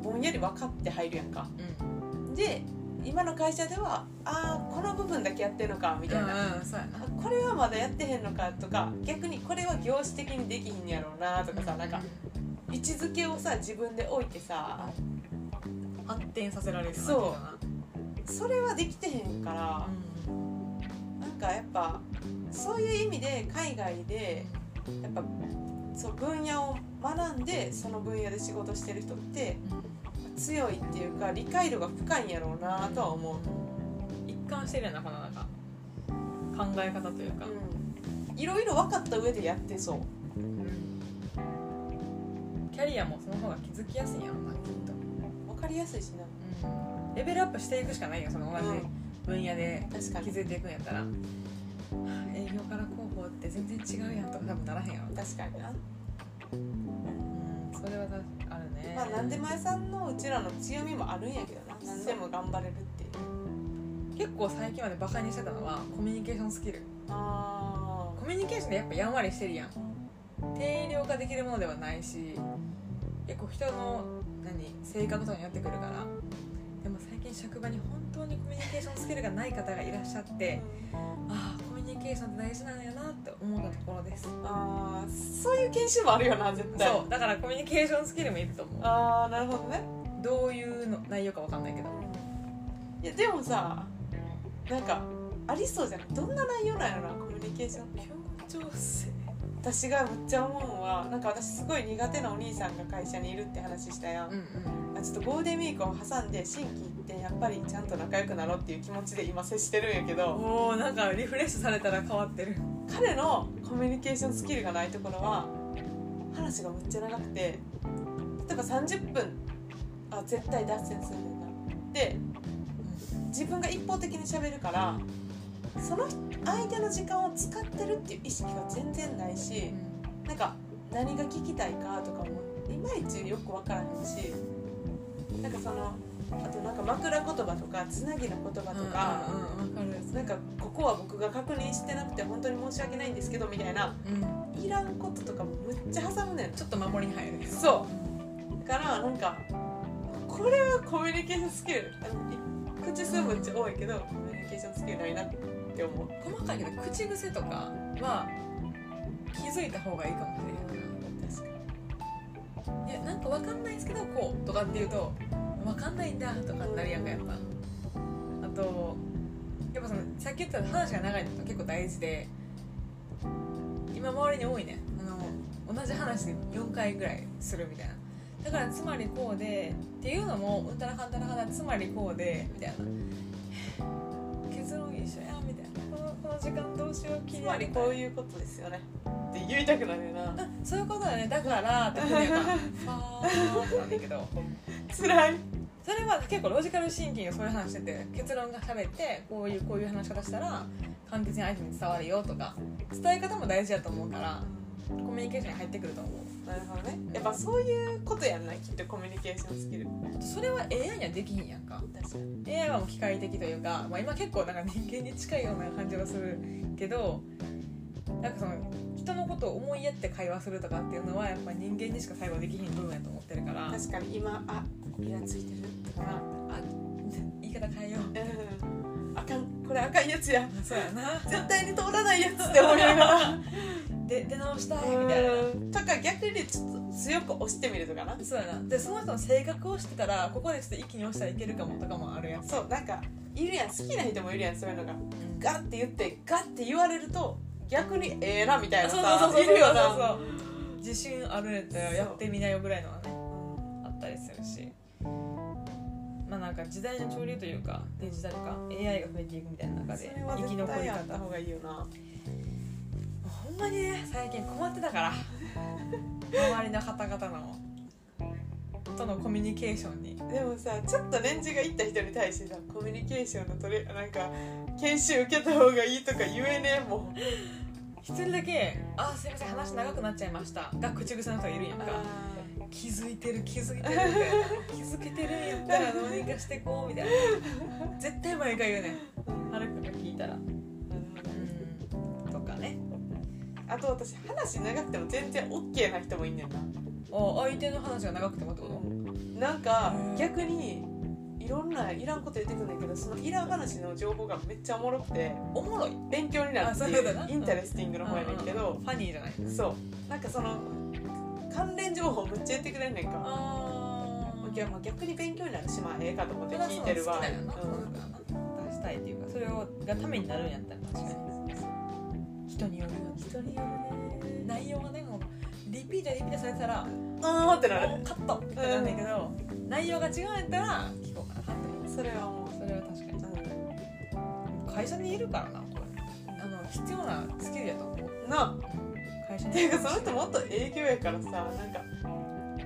Speaker 1: ぼんやり分かって入るやんか
Speaker 2: うん
Speaker 1: で今の会社ではああこの部分だけやってるのかみたいな、あ
Speaker 2: うんそうやな
Speaker 1: これはまだやってへんのかとか逆にこれは業種的にできひんやろうなとかさなんか位置づけをさ自分で置いてさ
Speaker 2: 発展させられる
Speaker 1: そう
Speaker 2: う
Speaker 1: それはできてへんからなんかやっぱそういう意味で海外でやっぱそう分野を学んでその分野で仕事してる人って強いっていうか理解度が深いんやろうなとは思う、
Speaker 2: 一貫してるやなこのなんか考え方というか、
Speaker 1: うん、いろいろ分かった上でやってそう
Speaker 2: キャリアもその方が気づきやすいんやろなきっと、
Speaker 1: 分かりやすいしな
Speaker 2: レベルアップしていくしかないよその同じ分野で
Speaker 1: 確か
Speaker 2: 気
Speaker 1: に
Speaker 2: づいていくんやったら、はあ営業から広報って全然違うやんとか多分ならへんやろ
Speaker 1: 確かにな、
Speaker 2: うんそれは確かあるね
Speaker 1: まあ何で前さんのうちらの強みもあるんやけどな何でも頑張れるっていう
Speaker 2: 結構最近までバカにしてたのはコミュニケーションスキル
Speaker 1: あ
Speaker 2: コミュニケーションでやっぱやんわりしてるやん定量化できるものではないし結構人の何性格とかによってくるからでも最近職場に本当にコミュニケーションスキルがない方がいらっしゃってああコミュニケーションって大事なんやなって思ったところです
Speaker 1: あーそういう研修もあるよな絶対
Speaker 2: そうだからコミュニケーションスキルもいると思う
Speaker 1: ああなるほどね
Speaker 2: どういうの内容かわかんないけど
Speaker 1: いやでもさなんかありそうじゃないどんな内容なんやろなコミュニケーション
Speaker 2: 協調性
Speaker 1: 私がむっちゃ思うのはなんか私すごい苦手なお兄さんが会社にいるって話したやん、
Speaker 2: うんうん
Speaker 1: あちょっとゴールデンウィークを挟んで新規行ってやっぱりちゃんと仲良くなろうっていう気持ちで今接してるんやけど
Speaker 2: おーなんかリフレッシュされたら変わってる
Speaker 1: 彼のコミュニケーションスキルがないところは話がめっちゃ長くて例えば30分あ絶対脱線するんだよなで自分が一方的に喋るからその人相手の時間を使ってるっていう意識が全然ないしなんか何が聞きたいかとかもいまいちよく分からへんしなんかそのあとなんか枕言葉とかつなぎの言葉とか、
Speaker 2: うんうんうんわかる
Speaker 1: なんかここは僕が確認してなくて本当に申し訳ないんですけどみたいな
Speaker 2: うん
Speaker 1: いらんこととかもむっちゃ挟むねん
Speaker 2: ちょっと守りに入る
Speaker 1: そうだからなんかこれはコミュニケーションスキルあの口数もめっちゃ多いけどコミュニケーションスキルないなって思う
Speaker 2: 細かいけど口癖とかは気づいた方がいいかもしれない
Speaker 1: 確か
Speaker 2: いやなんかわかんないですけどこうとかって言うとわかんないんだとかなるやんかやっぱあとやっぱそのさっき言った話が長いのと結構大事で今周りに多いねあの同じ話で4回ぐらいするみたいなだからつまりこうでっていうのもうんたらかんたらかんたらつまりこうでみたいな 結論一緒やみたいなこのこの時間どうしよう気
Speaker 1: につ
Speaker 2: に
Speaker 1: ま
Speaker 2: な
Speaker 1: り
Speaker 2: る
Speaker 1: こういうことですよねって言いたくなるよな
Speaker 2: あそういうことだねだからってことや んかファーってなんだけど
Speaker 1: 辛い
Speaker 2: それは結構ロジカルシンキングがそういう話してて結論が喋ってこういうこういう話し方したら簡潔に相手に伝わるよとか伝え方も大事だと思うからコミュニケーションに入ってくると思う
Speaker 1: なるほどねやっぱそういうことやんなきっとコミュニケーションスキル
Speaker 2: それは AI にはできひんやんか
Speaker 1: 確かに
Speaker 2: AI はもう機械的というか、まあ、今結構なんか人間に近いような感じはするけどなんかその人のことを思いやって会話するとかっていうのはやっぱ人間にしか最後できひん部分やと思ってるから
Speaker 1: 確かに今あイラついてるとか
Speaker 2: 言い方変えよう
Speaker 1: うんあかんこれあかんやつや
Speaker 2: そうやな
Speaker 1: 絶対に通らないやつって思いながら
Speaker 2: で出直したいみたいな
Speaker 1: とか逆にちょっと強く押してみるとかな
Speaker 2: そうやなでその人の性格を知ってたらここでちょっと一気に押したらいけるかもとかもあるやん
Speaker 1: そうなんかいるやん好きな人もいるやんそういうのがガッて言ってガッて言われると逆にええなみたいな
Speaker 2: そうそうそう
Speaker 1: さ
Speaker 2: そう
Speaker 1: いるよ
Speaker 2: そう
Speaker 1: な
Speaker 2: そうそう自信あるねってやってみなよぐらいのはねあったりするしまあなんか時代の潮流というかデジタル化 AI が増えていくみたいな中
Speaker 1: そ
Speaker 2: で
Speaker 1: れは
Speaker 2: 生き
Speaker 1: 絶
Speaker 2: 残り
Speaker 1: 対あった
Speaker 2: 方
Speaker 1: 方がいいよな
Speaker 2: ほんまにね最近困ってた から周りの方々のとのコミュニケーションに
Speaker 1: でもさちょっと年次がいった人に対してさコミュニケーションの取れなんか研修受けた方がいいとか言えねえもん
Speaker 2: 一人だけ「あすいません話長くなっちゃいました」が口癖の人がいるんやんか気づいてる気づいてるみたいな気づけてるんやったらどうにかしてこうみたいな絶対毎回言うねはるくんが聞いたらうんとかね
Speaker 1: あと私話長くても全然 OK な人もいんねんな
Speaker 2: あ相手の話が長くてもってこと
Speaker 1: なんか
Speaker 2: うん
Speaker 1: 逆にいろんないらんこと言ってくんだけどそのいらん話の情報がめっちゃおもろくて
Speaker 2: おもろい
Speaker 1: 勉強になるって
Speaker 2: あそう
Speaker 1: い
Speaker 2: だな
Speaker 1: うインタレスティングの方やねんけど
Speaker 2: ファニーじゃない
Speaker 1: そうなんかその関連情報めっちゃ言ってくれんねんか
Speaker 2: あ
Speaker 1: いやまあ逆に勉強になるしまあええかと思って聞いてるわ
Speaker 2: 好きなんやな、
Speaker 1: うん
Speaker 2: 出したいっていうかそれをがためになるんやったら確かに人によるよ人によるね内容がねもうリピートリピートされてたら
Speaker 1: あーってなる
Speaker 2: カットってなるんだけど、内容が違うんやったら聞こうかなと思
Speaker 1: それはもう
Speaker 2: うそれは確かに会社にいるからなこれあの必要なスキルやと思う
Speaker 1: うんな
Speaker 2: 会社
Speaker 1: あ
Speaker 2: に
Speaker 1: ていうかその人もっと営業やからさなんか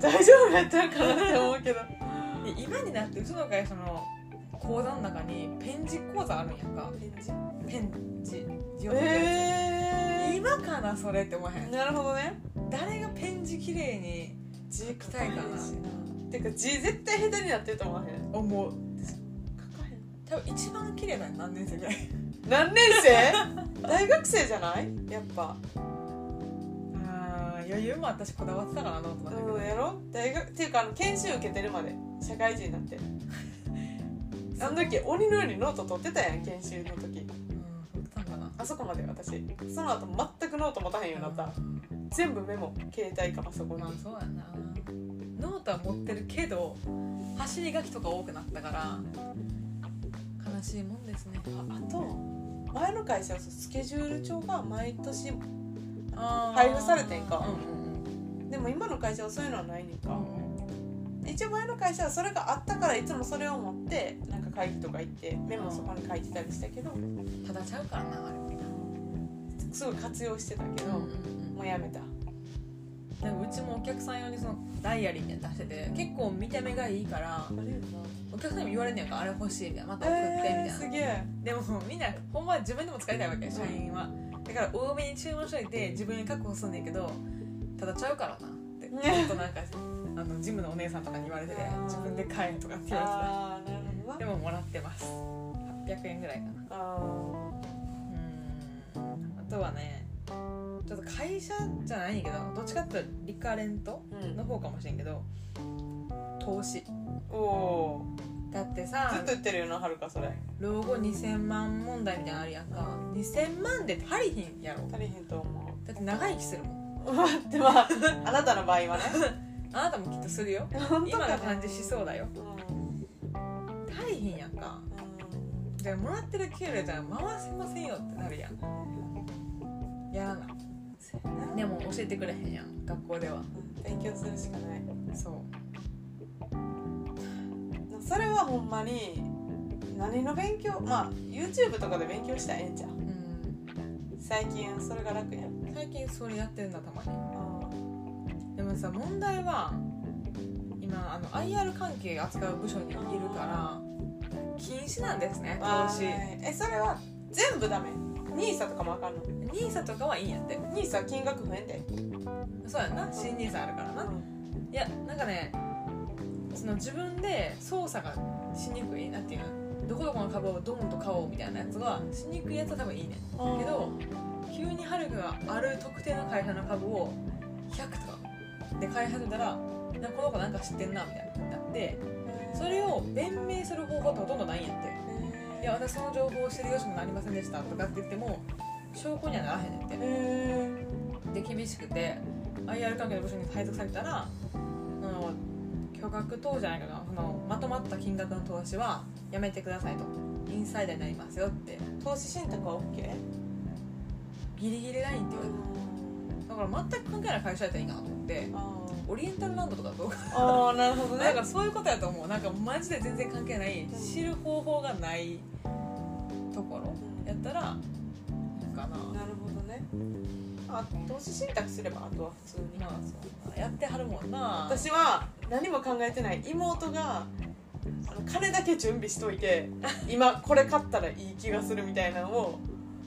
Speaker 1: 大丈夫やったんかなって思うけど
Speaker 2: で今になってうちの会社の講座の中にペン字講座あるんやんかペン字字を書くやつ
Speaker 1: え
Speaker 2: 今かなそれって思わへ
Speaker 1: ー
Speaker 2: ん
Speaker 1: なるほどね
Speaker 2: 誰がペン字綺麗に
Speaker 1: 字書
Speaker 2: きたいかな
Speaker 1: てか字絶対下手になってると思わへん
Speaker 2: 思う
Speaker 1: 書かへん
Speaker 2: 多分一番綺麗なの何年生ぐらい
Speaker 1: 何年 生大学生じゃないやっぱ
Speaker 2: あー余裕も私こだわってたからなと思ったん
Speaker 1: うん
Speaker 2: だ
Speaker 1: やろ大学っていうかあの研修受けてるまで社会人にな ってあの時鬼のようにノート取ってたやん研修の時
Speaker 2: けどうん送ったんかな
Speaker 1: あそこまで私その後全くノート持たへんようになった全部メモ携帯かパソコン
Speaker 2: まあ
Speaker 1: に
Speaker 2: そうやなノートは持ってるけど走り書きとか多くなったから悲しいもんですね
Speaker 1: あと前の会社はそうスケジュール帳が毎年
Speaker 2: あ
Speaker 1: 配布されてんか
Speaker 2: うん
Speaker 1: でも今の会社はそういうのはないねんか、
Speaker 2: うん
Speaker 1: 一応前の会社はそれがあったからいつもそれを持ってなんか会議とか行ってメモそこに書いてたりしたけど
Speaker 2: うんただちゃうからなあれ
Speaker 1: すごい活用してたけ
Speaker 2: け
Speaker 1: ど、
Speaker 2: ど、うんうん
Speaker 1: もうやめた
Speaker 2: なんかうちもお客さん用にそのダイアリーみたいなの出してて結構見た目がいいから
Speaker 1: あれよな
Speaker 2: お客さんにも言われんねやんかあれ欲しいみたいなまた送ってみたいな、
Speaker 1: えー、すげえ
Speaker 2: でもみんなほんまは自分でも使いたいわけ社員はだから多めに注文しといて自分に確保すんねんけどただちゃうからなってちょっとなんかあのジムのお姉さんとかに言われてて
Speaker 1: あー
Speaker 2: 自分で買えとかって言わ
Speaker 1: ああなるほ
Speaker 2: れ
Speaker 1: ど
Speaker 2: てたで
Speaker 1: な
Speaker 2: ももらってます800円ぐらいかな
Speaker 1: あ
Speaker 2: うーんあとはねちょっと会社じゃないんやけどどっちかっていうとリカレント
Speaker 1: ーうん
Speaker 2: の方かもしれんけど投資
Speaker 1: おお
Speaker 2: だって
Speaker 1: ーず
Speaker 2: さ
Speaker 1: っと言ってるよなはるかそれ
Speaker 2: 老後2000万問題みたいなのあるやんか2000万で足りひんやろ
Speaker 1: 足りへんと思
Speaker 2: だって長生きするもん
Speaker 1: う 待ってまああなたの場合はね
Speaker 2: あなたもきっとするよ
Speaker 1: 本
Speaker 2: 今の
Speaker 1: な
Speaker 2: 感じしそうだよ
Speaker 1: うんうん
Speaker 2: 足りひんやんかじゃあもらってる給料じゃ回せませんよってなるやんやらな
Speaker 1: そうやな
Speaker 2: でも教えてくれへんやん学校では
Speaker 1: うん勉強するしかない
Speaker 2: そう
Speaker 1: それはほんまに何の勉強まあ YouTube とかで勉強したらええんじゃん
Speaker 2: うん
Speaker 1: 最近それが楽やん
Speaker 2: 最近それやってるんだたまにでもさ問題は今あの IR 関係扱う部署にいるから禁止なんですね投資
Speaker 1: はいえそれは全部ダメ NISA とかもあかんの
Speaker 2: NISA とかはいいんやって
Speaker 1: NISA 金額増えんで
Speaker 2: そうやんな新 NISA あるからない
Speaker 1: うん
Speaker 2: やなんかねその自分で操作がしにくいなっていうのどこどこの株をドンと買おうみたいなやつはしにくいやつは多分いいねんけど急にはるかがある特定の会社の株を100とかで買い始めたらなんかこの子なんか知ってんなみたいになってそれを弁明する方法ってほとんどないんやって
Speaker 1: えー
Speaker 2: いや私その情報を知る由もなりませんでしたとかって言っても証拠にはならへんねんって
Speaker 1: え
Speaker 2: で厳しくて IR 関係の部署に配属されたらその巨額投資じゃないかなそのまとまった金額の投資はやめてくださいとインサイダーになりますよって
Speaker 1: ー投資信託は OK?
Speaker 2: ギリギリラインって言われてだから全く関係ない会社やったらいいなと思って
Speaker 1: あー
Speaker 2: オリエンタルランドとかどうか
Speaker 1: あーなるほど
Speaker 2: な
Speaker 1: ね
Speaker 2: んかそういうことやと思うなんかマジで全然関係ない知る方法がないところやったらいいかな
Speaker 1: なるほどねあ投資信託すればあとは普通に
Speaker 2: まあそうやってはるもんな
Speaker 1: 私は何も考えてない妹があの金だけ準備しといて今これ買ったらいい気がするみたいなのを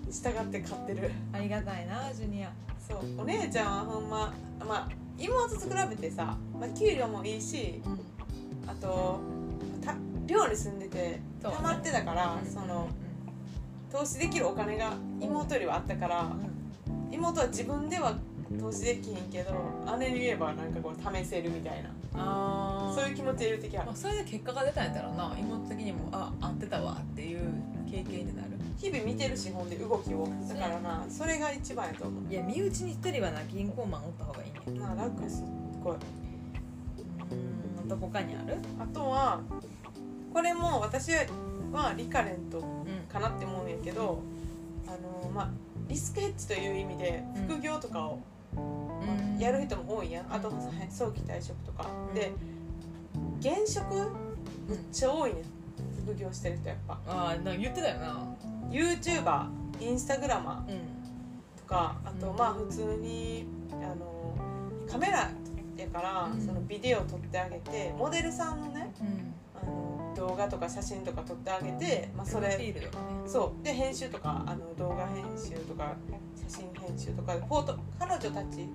Speaker 1: 従って買ってる
Speaker 2: ありがたいなジュニア
Speaker 1: そうお姉ちゃんはほんままあ妹と比べてさ、まあ、給料もいいし
Speaker 2: うん
Speaker 1: あとた寮に住んでて
Speaker 2: そうね
Speaker 1: 溜まってたからその投資できるお金が妹よりはあったから
Speaker 2: うん
Speaker 1: 妹は自分では投資できへんけど姉に言えばなんかこう試せるみたいな
Speaker 2: あ
Speaker 1: そう
Speaker 2: う
Speaker 1: いう気持ちでいる時ある
Speaker 2: まあ、それで結果が出たんやったらな妹的にもあ合ってたわっていう経験になる
Speaker 1: 日々見てる資本で動きをだからなそれが一番やと思
Speaker 2: いや身内に一人はな銀行マンおった方がいいね
Speaker 1: うな楽すっごいう
Speaker 2: ーんどこかにある
Speaker 1: あとはこれも私はリカレント
Speaker 2: うん
Speaker 1: かなって思うんやけどあのまあリスクヘッジという意味で
Speaker 2: うん
Speaker 1: 副業とかをまあ
Speaker 2: うん
Speaker 1: やる人も多いやんあとはい早期退職とか
Speaker 2: うん
Speaker 1: で現職めっ
Speaker 2: うん
Speaker 1: ちゃ多いねん副業してる人やっぱ
Speaker 2: ああなんか言ってたよな
Speaker 1: YouTuber インスタグラマー
Speaker 2: うん
Speaker 1: とかあと
Speaker 2: うん
Speaker 1: まあ普通にあのカメラやから
Speaker 2: うん
Speaker 1: そのビデオ撮ってあげてモデルさんのね
Speaker 2: うん
Speaker 1: あの動画とか写真とか撮ってあげて、まあ、そ
Speaker 2: プロフ
Speaker 1: れ
Speaker 2: ィールとかね
Speaker 1: そうで編集とかあの動画編集とか写真編集とかフォート彼女たち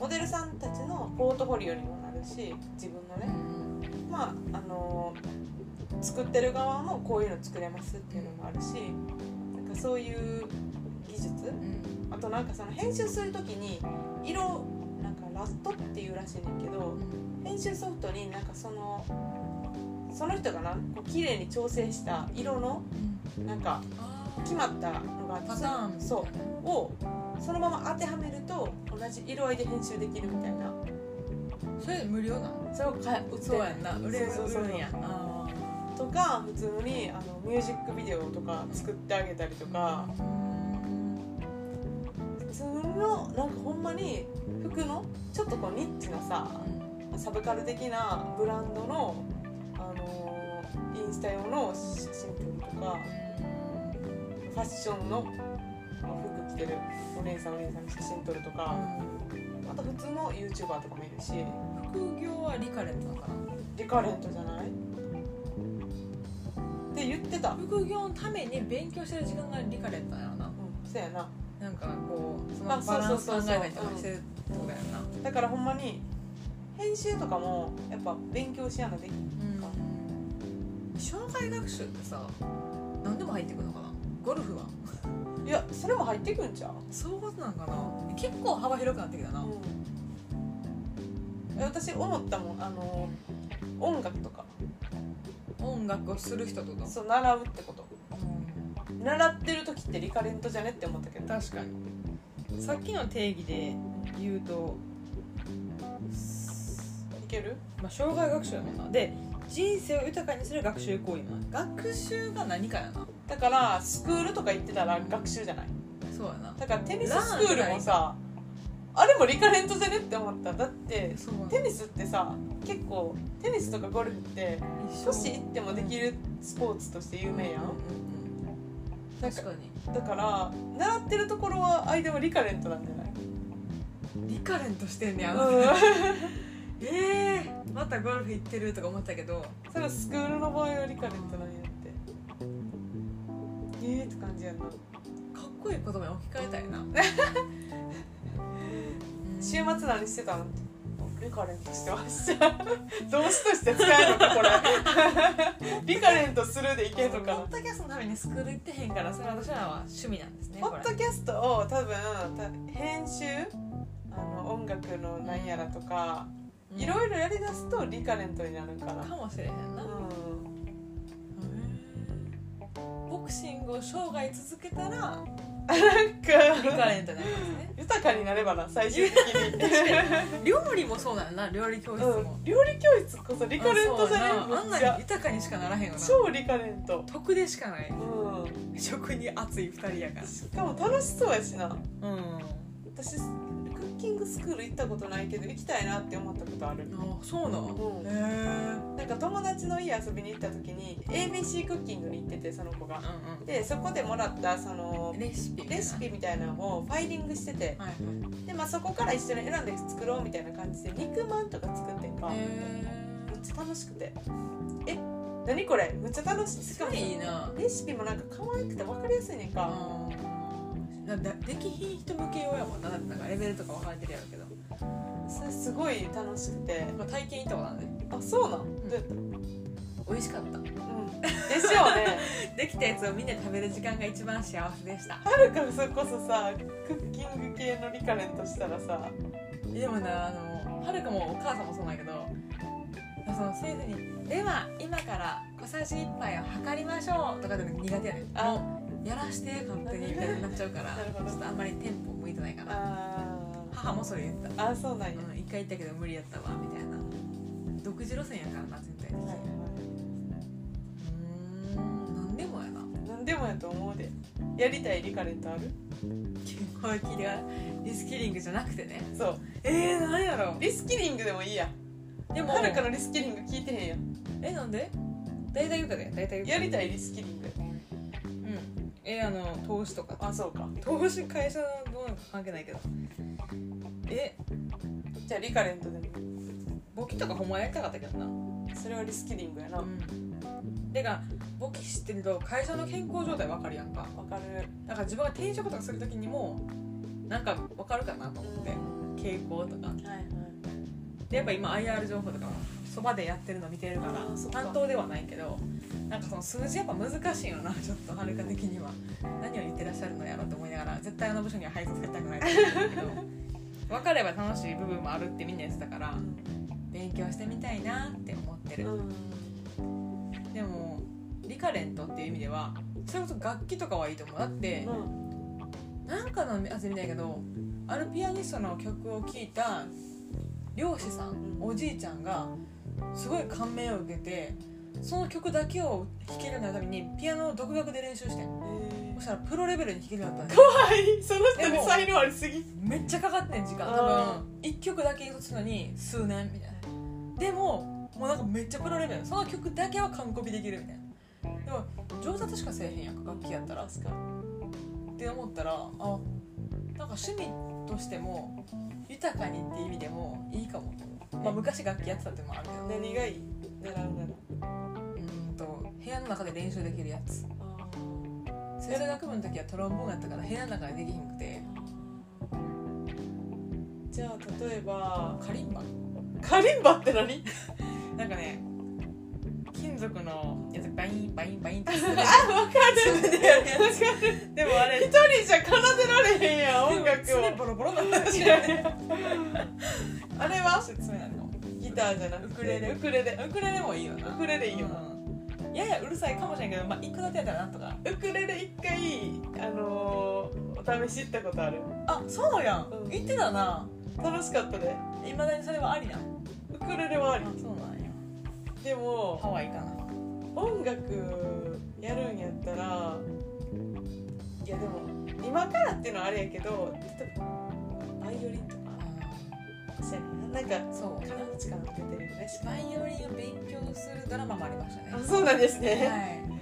Speaker 1: モデルさんたちのポートフォリオにもなるし自分の
Speaker 2: う
Speaker 1: ね、
Speaker 2: ん
Speaker 1: まああの作ってる側もこういうの作れますっていうのもあるしなんかそういう技術
Speaker 2: うんうん
Speaker 1: あとなんかその編集する時に色なんかラストっていうらしいねんけど編集ソフトになんかそのその人がなこう綺麗に調整した色の
Speaker 2: うん
Speaker 1: なんか
Speaker 2: あー
Speaker 1: 決まったのがあって
Speaker 2: パターンみたいな
Speaker 1: そうをそのまま当てはめると同じ色合いで編集できるみたいな
Speaker 2: それ無料なの
Speaker 1: それを買う
Speaker 2: そうやんな売れる
Speaker 1: そうそうそう
Speaker 2: 売るんやあ
Speaker 1: とか普通にあのミュージックビデオとか作ってあげたりとか
Speaker 2: あうん
Speaker 1: 普通のなんかほんまに服のちょっとこうニッチなさサブカル的なブランドの、あのーインスタ用の写真撮るとかファッションのまあ服着てるお姉さんお姉さんの写真撮るとかあと普通の YouTuber とかもいるし
Speaker 2: 副業はリカレントだか
Speaker 1: リカレントじゃないって言ってた
Speaker 2: ら
Speaker 1: うん
Speaker 2: 副業のために勉強してる時間がリカレントだよな
Speaker 1: そうやな
Speaker 2: なんかこうその
Speaker 1: あ
Speaker 2: バランス
Speaker 1: そ
Speaker 2: 考
Speaker 1: うそうそうそう
Speaker 2: えたりとかしてるとかやな
Speaker 1: だからほんまに編集とかもやっぱ勉強しやなでき
Speaker 2: うん障害学習ってさ何でも入ってくるのかなゴルフはい
Speaker 1: やそれも入ってくんちゃう
Speaker 2: そういうことなんかな結構幅広くなってきたな、
Speaker 1: うんえ私思ったもんあの音楽とか
Speaker 2: 音楽をする人ってこと
Speaker 1: そう習うってこと
Speaker 2: うん
Speaker 1: 習ってる時ってリカレントじゃねって思ったけど
Speaker 2: 確かにさっきの定義で言うと、
Speaker 1: いける
Speaker 2: まあ、障害学習やもんなで人生を豊かにする学習行為もな学習が何かやな
Speaker 1: だからスクールとか行ってたら学習じゃない
Speaker 2: そうやな
Speaker 1: だからテニススクールもさあれもリカレントじゃねって思っただって
Speaker 2: そう
Speaker 1: テニスってさ結構テニスとかゴルフって
Speaker 2: 一
Speaker 1: 都市行ってもできるスポーツとして有名やん
Speaker 2: うんうんうん
Speaker 1: なん
Speaker 2: 確
Speaker 1: か
Speaker 2: かに
Speaker 1: だから習ってるところは間もリカレントなんじゃない
Speaker 2: リカレントしてんねや、
Speaker 1: うん
Speaker 2: えー、またゴルフ行ってるとか思ったけど
Speaker 1: それスクールの場合はリカレントなんやってええって感じやな
Speaker 2: かっこいい言葉に置き換えた いなうん
Speaker 1: 週末何してたのってリカレントしてました 動詞として使えるのかこれ リカレントするでいけんの
Speaker 2: ポ
Speaker 1: か
Speaker 2: ッドキャストのためにスクール行ってへんからそれは私らは趣味なんですね
Speaker 1: なポ
Speaker 2: これ
Speaker 1: ッドキャストを多分た編集あの音楽のなんやらとか、
Speaker 2: うん
Speaker 1: いろいろやりだすとリカレントになるんかな、
Speaker 2: かもしれへんな、
Speaker 1: う
Speaker 2: ボクシングを生涯続けたら
Speaker 1: ん、なん
Speaker 2: リカ
Speaker 1: か
Speaker 2: レントになりますね
Speaker 1: 豊かになればな最終的に
Speaker 2: 料理もそうなんやな料理教室
Speaker 1: う
Speaker 2: も
Speaker 1: ん、料理教室こそリカレントじゃね
Speaker 2: あそうやなあ
Speaker 1: め
Speaker 2: んな
Speaker 1: っちゃ
Speaker 2: に豊かにしかならへんよな
Speaker 1: 超リカレント
Speaker 2: 得でしかない
Speaker 1: うん
Speaker 2: 食に熱い2人やか
Speaker 1: しかも楽しそうやしな
Speaker 2: らうんあ
Speaker 1: 私クッキングスクール行ったことないけど行きたいなって思ったことある
Speaker 2: そうなん
Speaker 1: うん
Speaker 2: へ
Speaker 1: なんか友達の家遊びに行った時に ABC クッキングに行っててその子が
Speaker 2: え
Speaker 1: でそこでもらったその
Speaker 2: レシピ
Speaker 1: レシピみたいなのをファイリングしてて
Speaker 2: はいはい
Speaker 1: で、まあ、そこから一緒に選んで作ろうみたいな感じで肉まんとか作ってんかめっ
Speaker 2: へ
Speaker 1: ちゃ楽しくてえ何これめっちゃ楽しい
Speaker 2: え
Speaker 1: し
Speaker 2: す
Speaker 1: か
Speaker 2: ご
Speaker 1: も
Speaker 2: いいいな
Speaker 1: レシピもなんか可愛くて分かりやすいねんか、
Speaker 2: うんだだできひん人向け用やもんなだってなんかレベルとか分かれてるやろうけど、
Speaker 1: それすごい楽しくて
Speaker 2: まあ、体験行ったことあるね
Speaker 1: あそうなん、で
Speaker 2: 美味しかった
Speaker 1: うん、でしょうね
Speaker 2: できたやつをみんなで食べる時間が一番幸せでした
Speaker 1: はるかそれこそさクッキング系のリカレントしたらさ
Speaker 2: でもなあのはるかもお母さんもそうなんやけどその先生に「では今から小さじ1杯を測りましょう」とかでも苦手やねん
Speaker 1: あ
Speaker 2: もうやらして勝手にみたいになっちゃうから
Speaker 1: なるほど
Speaker 2: ちょっとあんまりテンポ向いてないから
Speaker 1: あー
Speaker 2: 母もそれ言ってた
Speaker 1: あそうなんや、
Speaker 2: うん一回行ったけど無理やったわみたいな独自路線やからな全体的
Speaker 1: はい
Speaker 2: に
Speaker 1: は
Speaker 2: うーんなんでもやな
Speaker 1: い何でもやと思うでやりたいリカレントある
Speaker 2: これ聞いてからリスキリングじゃなくてね
Speaker 1: そう
Speaker 2: えー、なんやろ
Speaker 1: リスキリングでもいいや
Speaker 2: でも
Speaker 1: はるかのリスキリング聞いてへんやん
Speaker 2: えなんで大体言うかで大体言うか
Speaker 1: やりたいリスキリング
Speaker 2: うんえあの投資とか
Speaker 1: あそうか
Speaker 2: 投資会社のどうなのか関係ないけどえ
Speaker 1: じゃあリカレントでも
Speaker 2: 簿記とかほんまやりたかったけどな
Speaker 1: それはリスキリングやな、
Speaker 2: うんてか簿記知ってると会社の健康状態わかるやんか
Speaker 1: わかる
Speaker 2: だから自分が転職とかするときにもなんかわかるかなと思って傾向とか
Speaker 1: はいはい
Speaker 2: でやっぱ今 IR 情報とかもそばでやってるの見てるか
Speaker 1: あーそ
Speaker 2: ら
Speaker 1: っか
Speaker 2: 担当ではないけどなんかその数字やっぱ難しいよな ちょっとはるか的には何を言ってらっしゃるのやろと思いながら絶対あの部署には配属されたくないと思うんだけど 分かれば楽しい部分もあるってみんな言ってたから勉強してみたいなって思ってる
Speaker 1: うん
Speaker 2: でもリカレントっていう意味ではそれこそ楽器とかはいいと思うだって
Speaker 1: うん
Speaker 2: なんかのやつみたいけどあるピアニストの曲を聴いた漁師さん
Speaker 1: うん
Speaker 2: おじいちゃんがすごい感銘を受けてその曲だけを弾けるようになるためにピアノを独学で練習してん
Speaker 1: え
Speaker 2: そしたらプロレベルに弾けるようになったんで
Speaker 1: ー、はいその人
Speaker 2: でも
Speaker 1: に才能ありすぎ
Speaker 2: めっちゃかかってん時間多
Speaker 1: あ
Speaker 2: 分1曲だけ演奏するのに数年みたいなでももうなんかめっちゃプロレベルその曲だけは完コピできるみたいなでも上達しかせえへんやんか楽器やったら
Speaker 1: 確か
Speaker 2: って思ったらあなんか趣味としても豊かにっていう意味でもいいかもと思う、まあ、昔楽器やってたってのもあるけどう
Speaker 1: 何がいい習うなら
Speaker 2: ーんと部屋の中で練習できるやつ
Speaker 1: あー
Speaker 2: 吹奏楽部の時はトロンボーンやったから部屋の中でできひんくて
Speaker 1: じゃあ例えば
Speaker 2: カリンバ
Speaker 1: カリンバって何
Speaker 2: なんかね金属のやつバインバインバインってする
Speaker 1: あわか
Speaker 2: 自分でやるやでもあれ
Speaker 1: 一人じゃ奏でられへんやん音楽
Speaker 2: 爪
Speaker 1: を
Speaker 2: ボロボロなんだよ
Speaker 1: 確か にあれは
Speaker 2: 爪なの
Speaker 1: ギターじゃなくて
Speaker 2: ウクレレ
Speaker 1: ウクレレ
Speaker 2: ウクレレもいいよな
Speaker 1: ウクレレいいよな、
Speaker 2: うんややうるさいかもしれんけどまあ一個だけやったらなんとか
Speaker 1: ウクレレ一回あのー、お試し行ったことある
Speaker 2: あそうやん、
Speaker 1: うん
Speaker 2: 言ってたな
Speaker 1: 楽しかったで
Speaker 2: いまだにそれはありな
Speaker 1: ウクレレはあ
Speaker 2: あ
Speaker 1: り
Speaker 2: そうなんや
Speaker 1: でも
Speaker 2: ハワイかな
Speaker 1: 音楽やるんやったらいやでも今からっていうのはあれやけど例えばバイオリンとかそうやななんか
Speaker 2: そう
Speaker 1: 金持ち感が出てるよね
Speaker 2: バイオリンを勉強するドラマもありましたね
Speaker 1: あそうなんですね、
Speaker 2: はい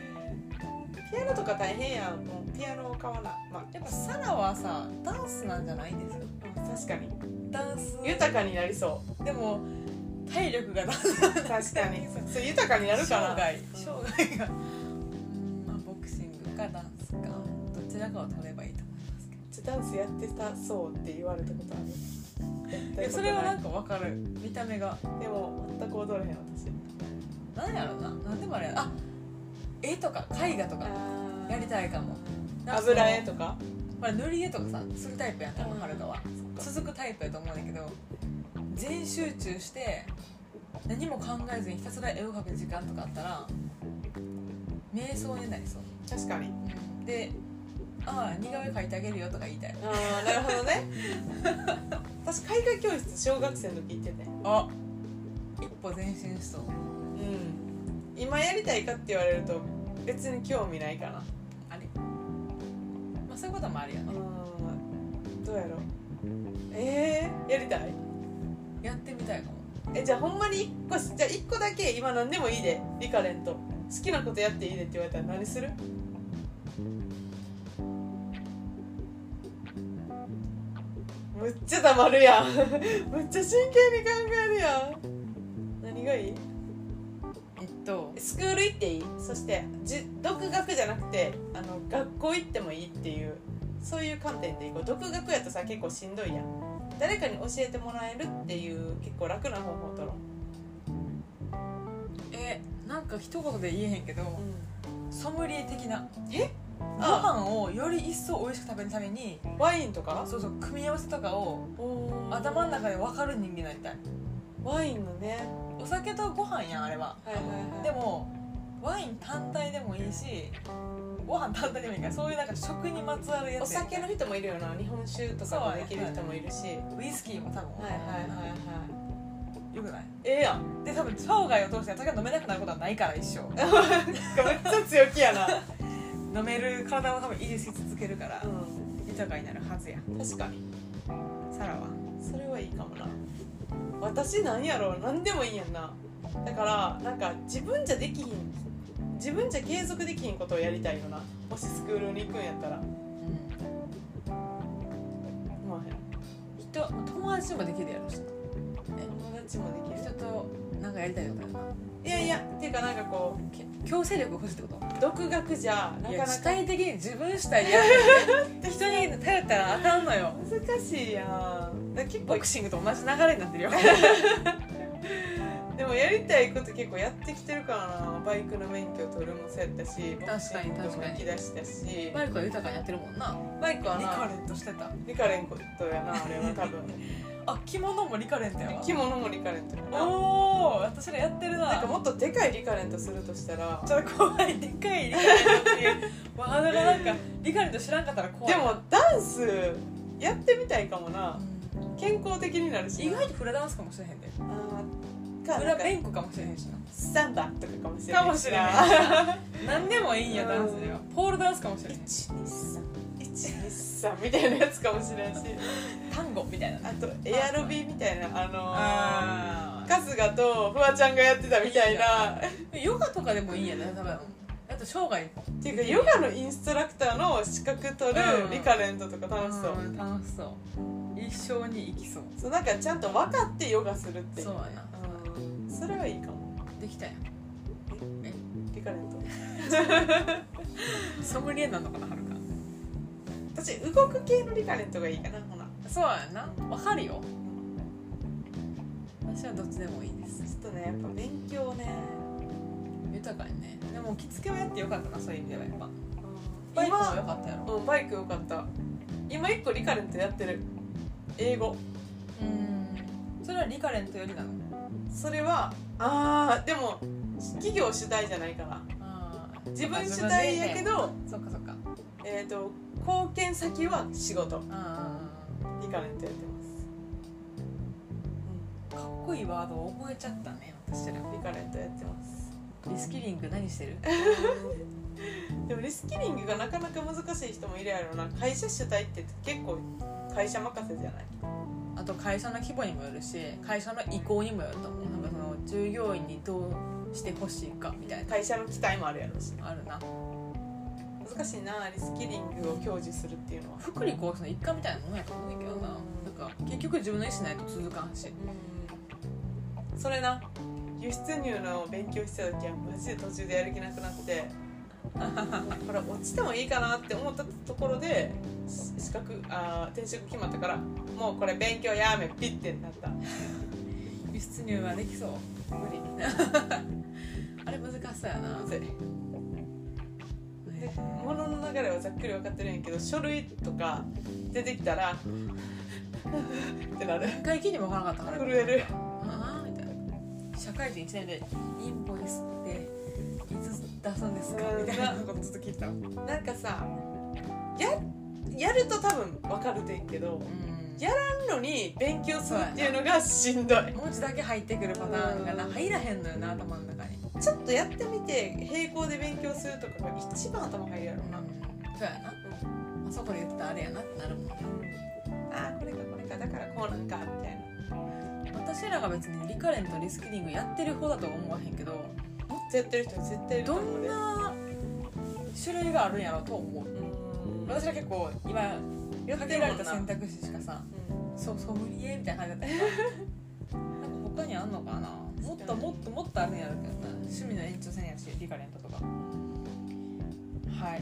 Speaker 1: ピアノとか大変やんもうピアノを買わなま
Speaker 2: やっぱサラはさダンスなんじゃないんですよ
Speaker 1: あ確かに
Speaker 2: ダンス
Speaker 1: 豊かになりそう
Speaker 2: でも体力がダンス
Speaker 1: 確かにそう豊かになるか
Speaker 2: 生
Speaker 1: ら
Speaker 2: 涯生涯がうんまあボクシングかダンスかどちらかを取ればいいと思いますけど
Speaker 1: ちょダンスやってたそうって言われたことある
Speaker 2: いやそれはな
Speaker 1: やった
Speaker 2: んかわかる見た目が
Speaker 1: ことないでも全く踊れへん私
Speaker 2: なんやろななんでもあれやあ絵とか絵画とか
Speaker 1: あ
Speaker 2: やりたいかもなんかその
Speaker 1: 油絵とか
Speaker 2: ほら塗り絵とかさするタイプやん多分はるかは
Speaker 1: そ
Speaker 2: 続くタイプやと思うんだけど全集中して何も考えずにひたすら絵を描く時間とかあったら瞑想になりそう、
Speaker 1: 確かに
Speaker 2: うんで「ああ似顔絵描いてあげるよ」とか言いたい
Speaker 1: ああなるほどね 私絵画教室小学生の時行ってて
Speaker 2: あ一歩前進しそう
Speaker 1: うん今やりたいかって言われると別に興味ないかな
Speaker 2: あれまあそういうこともあるよね
Speaker 1: うんどうやろうえー、やりたい
Speaker 2: やってみたいかも
Speaker 1: えじゃあほんまに1個しじゃあ1個だけ今何でもいいでリカレント好きなことやっていいでって言われたら何するむっちゃ黙るやん むっちゃ真剣に考えるやん何がいい
Speaker 2: えっと
Speaker 1: スクール行っていいそしてじ独学じゃなくてあの学校行ってもいいっていうそういう観点でいこう独学やとさ結構しんどいやん誰かに教えてもらえるっていう結構楽な方法を取ろ
Speaker 2: えなんか一言で言えへんけど、
Speaker 1: う、
Speaker 2: ソムリエ的な
Speaker 1: え
Speaker 2: ご飯をより一層美味しく食べるために
Speaker 1: ワインとか
Speaker 2: そうそう組み合わせとかを頭
Speaker 1: 頭
Speaker 2: の中で分かる人間になりたい
Speaker 1: ワインのね
Speaker 2: お酒とご飯やんあれは
Speaker 1: はいはいはい
Speaker 2: でもワイン単体でもいいしご飯単体でもいいからそういうなんか食にまつわるや
Speaker 1: お
Speaker 2: つやりた
Speaker 1: 酒
Speaker 2: い
Speaker 1: の人もいるよな日本酒とかもできる人もいるしはい
Speaker 2: ウイスキーも多分
Speaker 1: はいはいはい
Speaker 2: よくない
Speaker 1: ええやん
Speaker 2: で多分生涯を通してお酒が飲めなくなることはないから一生
Speaker 1: めっちゃ強気やな、
Speaker 2: 飲める体を多分維持し続けるから
Speaker 1: う
Speaker 2: 豊かになるはずや
Speaker 1: ん、確かに
Speaker 2: サラは
Speaker 1: それはいいかもな私なんやろ何でもいいやんなだからなんか自分じゃできひん自分じゃ継続できひんことをやりたいよなもしスクールに行くんやったら
Speaker 2: うん
Speaker 1: まあ
Speaker 2: 人友達もできるやろし
Speaker 1: 友達もできる
Speaker 2: 人となんかやりたいとか
Speaker 1: いやいやっていうかなんかこ
Speaker 2: 強制力が欲しいってこと
Speaker 1: う独学じゃなか
Speaker 2: い
Speaker 1: な
Speaker 2: や
Speaker 1: か
Speaker 2: 主体的に自分主体でやる 人に頼ったらあかんのよ
Speaker 1: 難しいやんだから結構
Speaker 2: ボクシングと同じ流れにな ってるよ
Speaker 1: でもやりたいこと結構やってきてるからなバイクの免許取るもそうやったし
Speaker 2: 確かに
Speaker 1: ボクシング
Speaker 2: 確かに
Speaker 1: も行き出したし
Speaker 2: マイクは豊かにやってるもんな
Speaker 1: バイクは
Speaker 2: リカ
Speaker 1: な
Speaker 2: レントしてた
Speaker 1: リカレンことやなあれは多分
Speaker 2: あ着物もリカレントやわ
Speaker 1: 着物もリカレントやな
Speaker 2: おお私らやってるな
Speaker 1: なんかもっとでかいリカレントするとしたら
Speaker 2: ちょっと怖いでっかいリカレントっていうワードがなんかリカレント知らんかったら怖い
Speaker 1: でもダンスやってみたいかもな
Speaker 2: うん
Speaker 1: 健康的になるしな
Speaker 2: 意外とフラダンスかもしれへんで
Speaker 1: あーか
Speaker 2: フ
Speaker 1: な
Speaker 2: ラ
Speaker 1: んか
Speaker 2: ベンコかもしれへんしな
Speaker 1: スタンバとかかもしれない
Speaker 2: かもしれない何でもいいんやダンスではポールダンスかもしれへん
Speaker 1: 123みたいなやつかもしれ んし
Speaker 2: 単語みたいな
Speaker 1: あとエアロビみたいなあのー
Speaker 2: あ
Speaker 1: 春日とフワちゃんがやってたみたいな
Speaker 2: ヨガとかでもいいんやね多分あと生涯
Speaker 1: ていうかヨガのインストラクターの資格取る
Speaker 2: うん
Speaker 1: リカレントとか楽しそう、
Speaker 2: ん楽しそう一生に生きそう
Speaker 1: そうなんかちゃんと分かってヨガするっていう
Speaker 2: そうや
Speaker 1: うんそれはいいかも
Speaker 2: なできたやん
Speaker 1: リカレント
Speaker 2: ソムリエなのかなはるか
Speaker 1: 私動く系のリカレントがいいかなほな
Speaker 2: そうやなわかるよ私はどっちでもいいです
Speaker 1: ちょっとねやっぱ勉強ね
Speaker 2: 豊かにねでも着付けはやってよかったなそういう意味ではやっぱ
Speaker 1: バイク
Speaker 2: 今は
Speaker 1: は
Speaker 2: よかったやろ
Speaker 1: うんバイクよかった今一個リカレントやってる英語
Speaker 2: うんそれはリカレントよりなの
Speaker 1: それはあーでも企業主体じゃないから
Speaker 2: あー
Speaker 1: 自分主体やけど、
Speaker 2: そっかそっか
Speaker 1: えー、と貢献先は仕事
Speaker 2: あ
Speaker 1: リカレントやってます、
Speaker 2: ーかっこいいワードを覚えちゃったね私ら
Speaker 1: うん、リカレントやってます
Speaker 2: リスキリング何してる
Speaker 1: でもリスキリングがなかなか難しい人もいるやろな会社主体って結構会社任せじゃない
Speaker 2: あと会社の規模にもよるし会社の意向にもよると思うなんかその従業員にどうしてほしいかみたいな
Speaker 1: 会社の期待もあるやろし
Speaker 2: あるな
Speaker 1: 難しいなリスキリングを享受するっていうのは
Speaker 2: 福利厚生の一環みたいなもんやと思うんだけどななんか結局自分の意思ないと続かんし
Speaker 1: それな輸出入の勉強してた時はマジで途中でやる気なくなって これ落ちてもいいかなって思ったところでし資格あー転職決まったからもうこれ勉強やめピッてなった
Speaker 2: 輸出入はできそう無理 あれ難しそうやな
Speaker 1: むずいで物の流れはざっくり分かってるんやけど書類とか出てきたら ってなる
Speaker 2: 一回きりも分からなかったから
Speaker 1: 震える
Speaker 2: ああみたいな社会人1年でインボイスっていつ出すんですかみたいなことずっと聞いてたうん
Speaker 1: なんかさややると多分分かるてんけどやのに勉強するっていうのがしんどい
Speaker 2: 文字だけ入ってくるパターンがな入らへんのよな頭の中に
Speaker 1: ちょっとやってみて並行で勉強するとかが一番頭入るやろな、
Speaker 2: そうやなあそこで言ったあれやなってなるもんね
Speaker 1: あーこれかこれかだからこうなんかみたいな
Speaker 2: 私らが別にリカレントリスキリングやってる方だとは思わへんけど
Speaker 1: もっとやってる人は絶対いると
Speaker 2: ど
Speaker 1: 思うんで
Speaker 2: な種類があるんやろうと思う
Speaker 1: うん
Speaker 2: 私ら結構今
Speaker 1: やって
Speaker 2: 限
Speaker 1: る
Speaker 2: ら
Speaker 1: も
Speaker 2: れ
Speaker 1: ん
Speaker 2: た
Speaker 1: な
Speaker 2: 選択肢しかさ
Speaker 1: う
Speaker 2: そうソムリエみたいな感じだったからなんか他にあんのかなもっともっともっとあるんやろうけどな趣味の延長線やしリカレントとかはい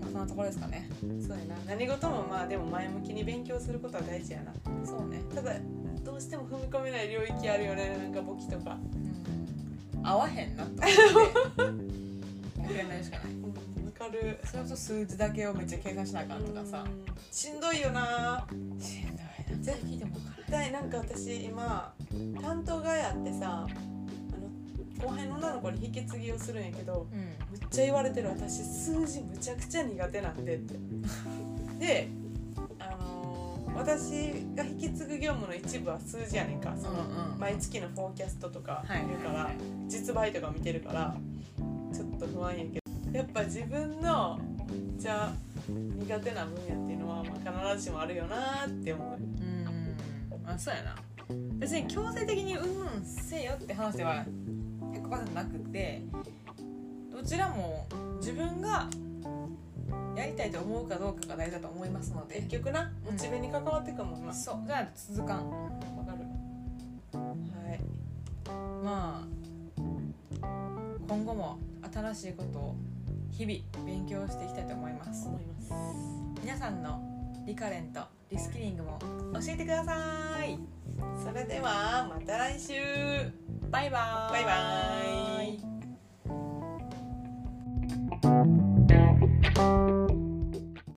Speaker 2: まあそんなところですかね
Speaker 1: んそうやな何事もまあでも前向きに勉強することは大事やな
Speaker 2: そうね、
Speaker 1: ただどうしても踏み込めない領域あるよねなんか簿記とか
Speaker 2: うん、合わへんなと思って諦めるしかない
Speaker 1: うんわかる
Speaker 2: それこそ数字だけをめっちゃ計算しなあかんとかさ
Speaker 1: しんどいよな
Speaker 2: しんどいな絶対聞いても分から
Speaker 1: 絶対なんか私今担当がやってさあの後輩の女の子に引き継ぎをするんやけど
Speaker 2: んうん
Speaker 1: むっちゃ言われてる私数字むちゃくちゃ苦手なんでって で、あのー私が引き継ぐ業務の一部は数字やねんかその
Speaker 2: うんうん
Speaker 1: 毎月のフォーキャストとか
Speaker 2: はい
Speaker 1: 見るから、
Speaker 2: はいはい
Speaker 1: 実売とか見てるからちょっと不安やけどやっぱ自分のめっちゃ苦手な分野っていうのは、まあ、必ずしもあるよなーって思う。
Speaker 2: うんあそうやな別に強制的にうんうんせよって話では100%なくてどちらも自分がやりたいと思うかどうかが大事だと思いますので
Speaker 1: 結局な
Speaker 2: うん
Speaker 1: モチベに関わってくもんな
Speaker 2: そうじゃあ続かん
Speaker 1: わかるはい
Speaker 2: まあ今後も新しいことを日々勉強していきたいと思います
Speaker 1: 思います
Speaker 2: 皆さんのリカレントリスキリングも教えてください
Speaker 1: それではまた来週
Speaker 2: バイバーイ
Speaker 1: バイバーイ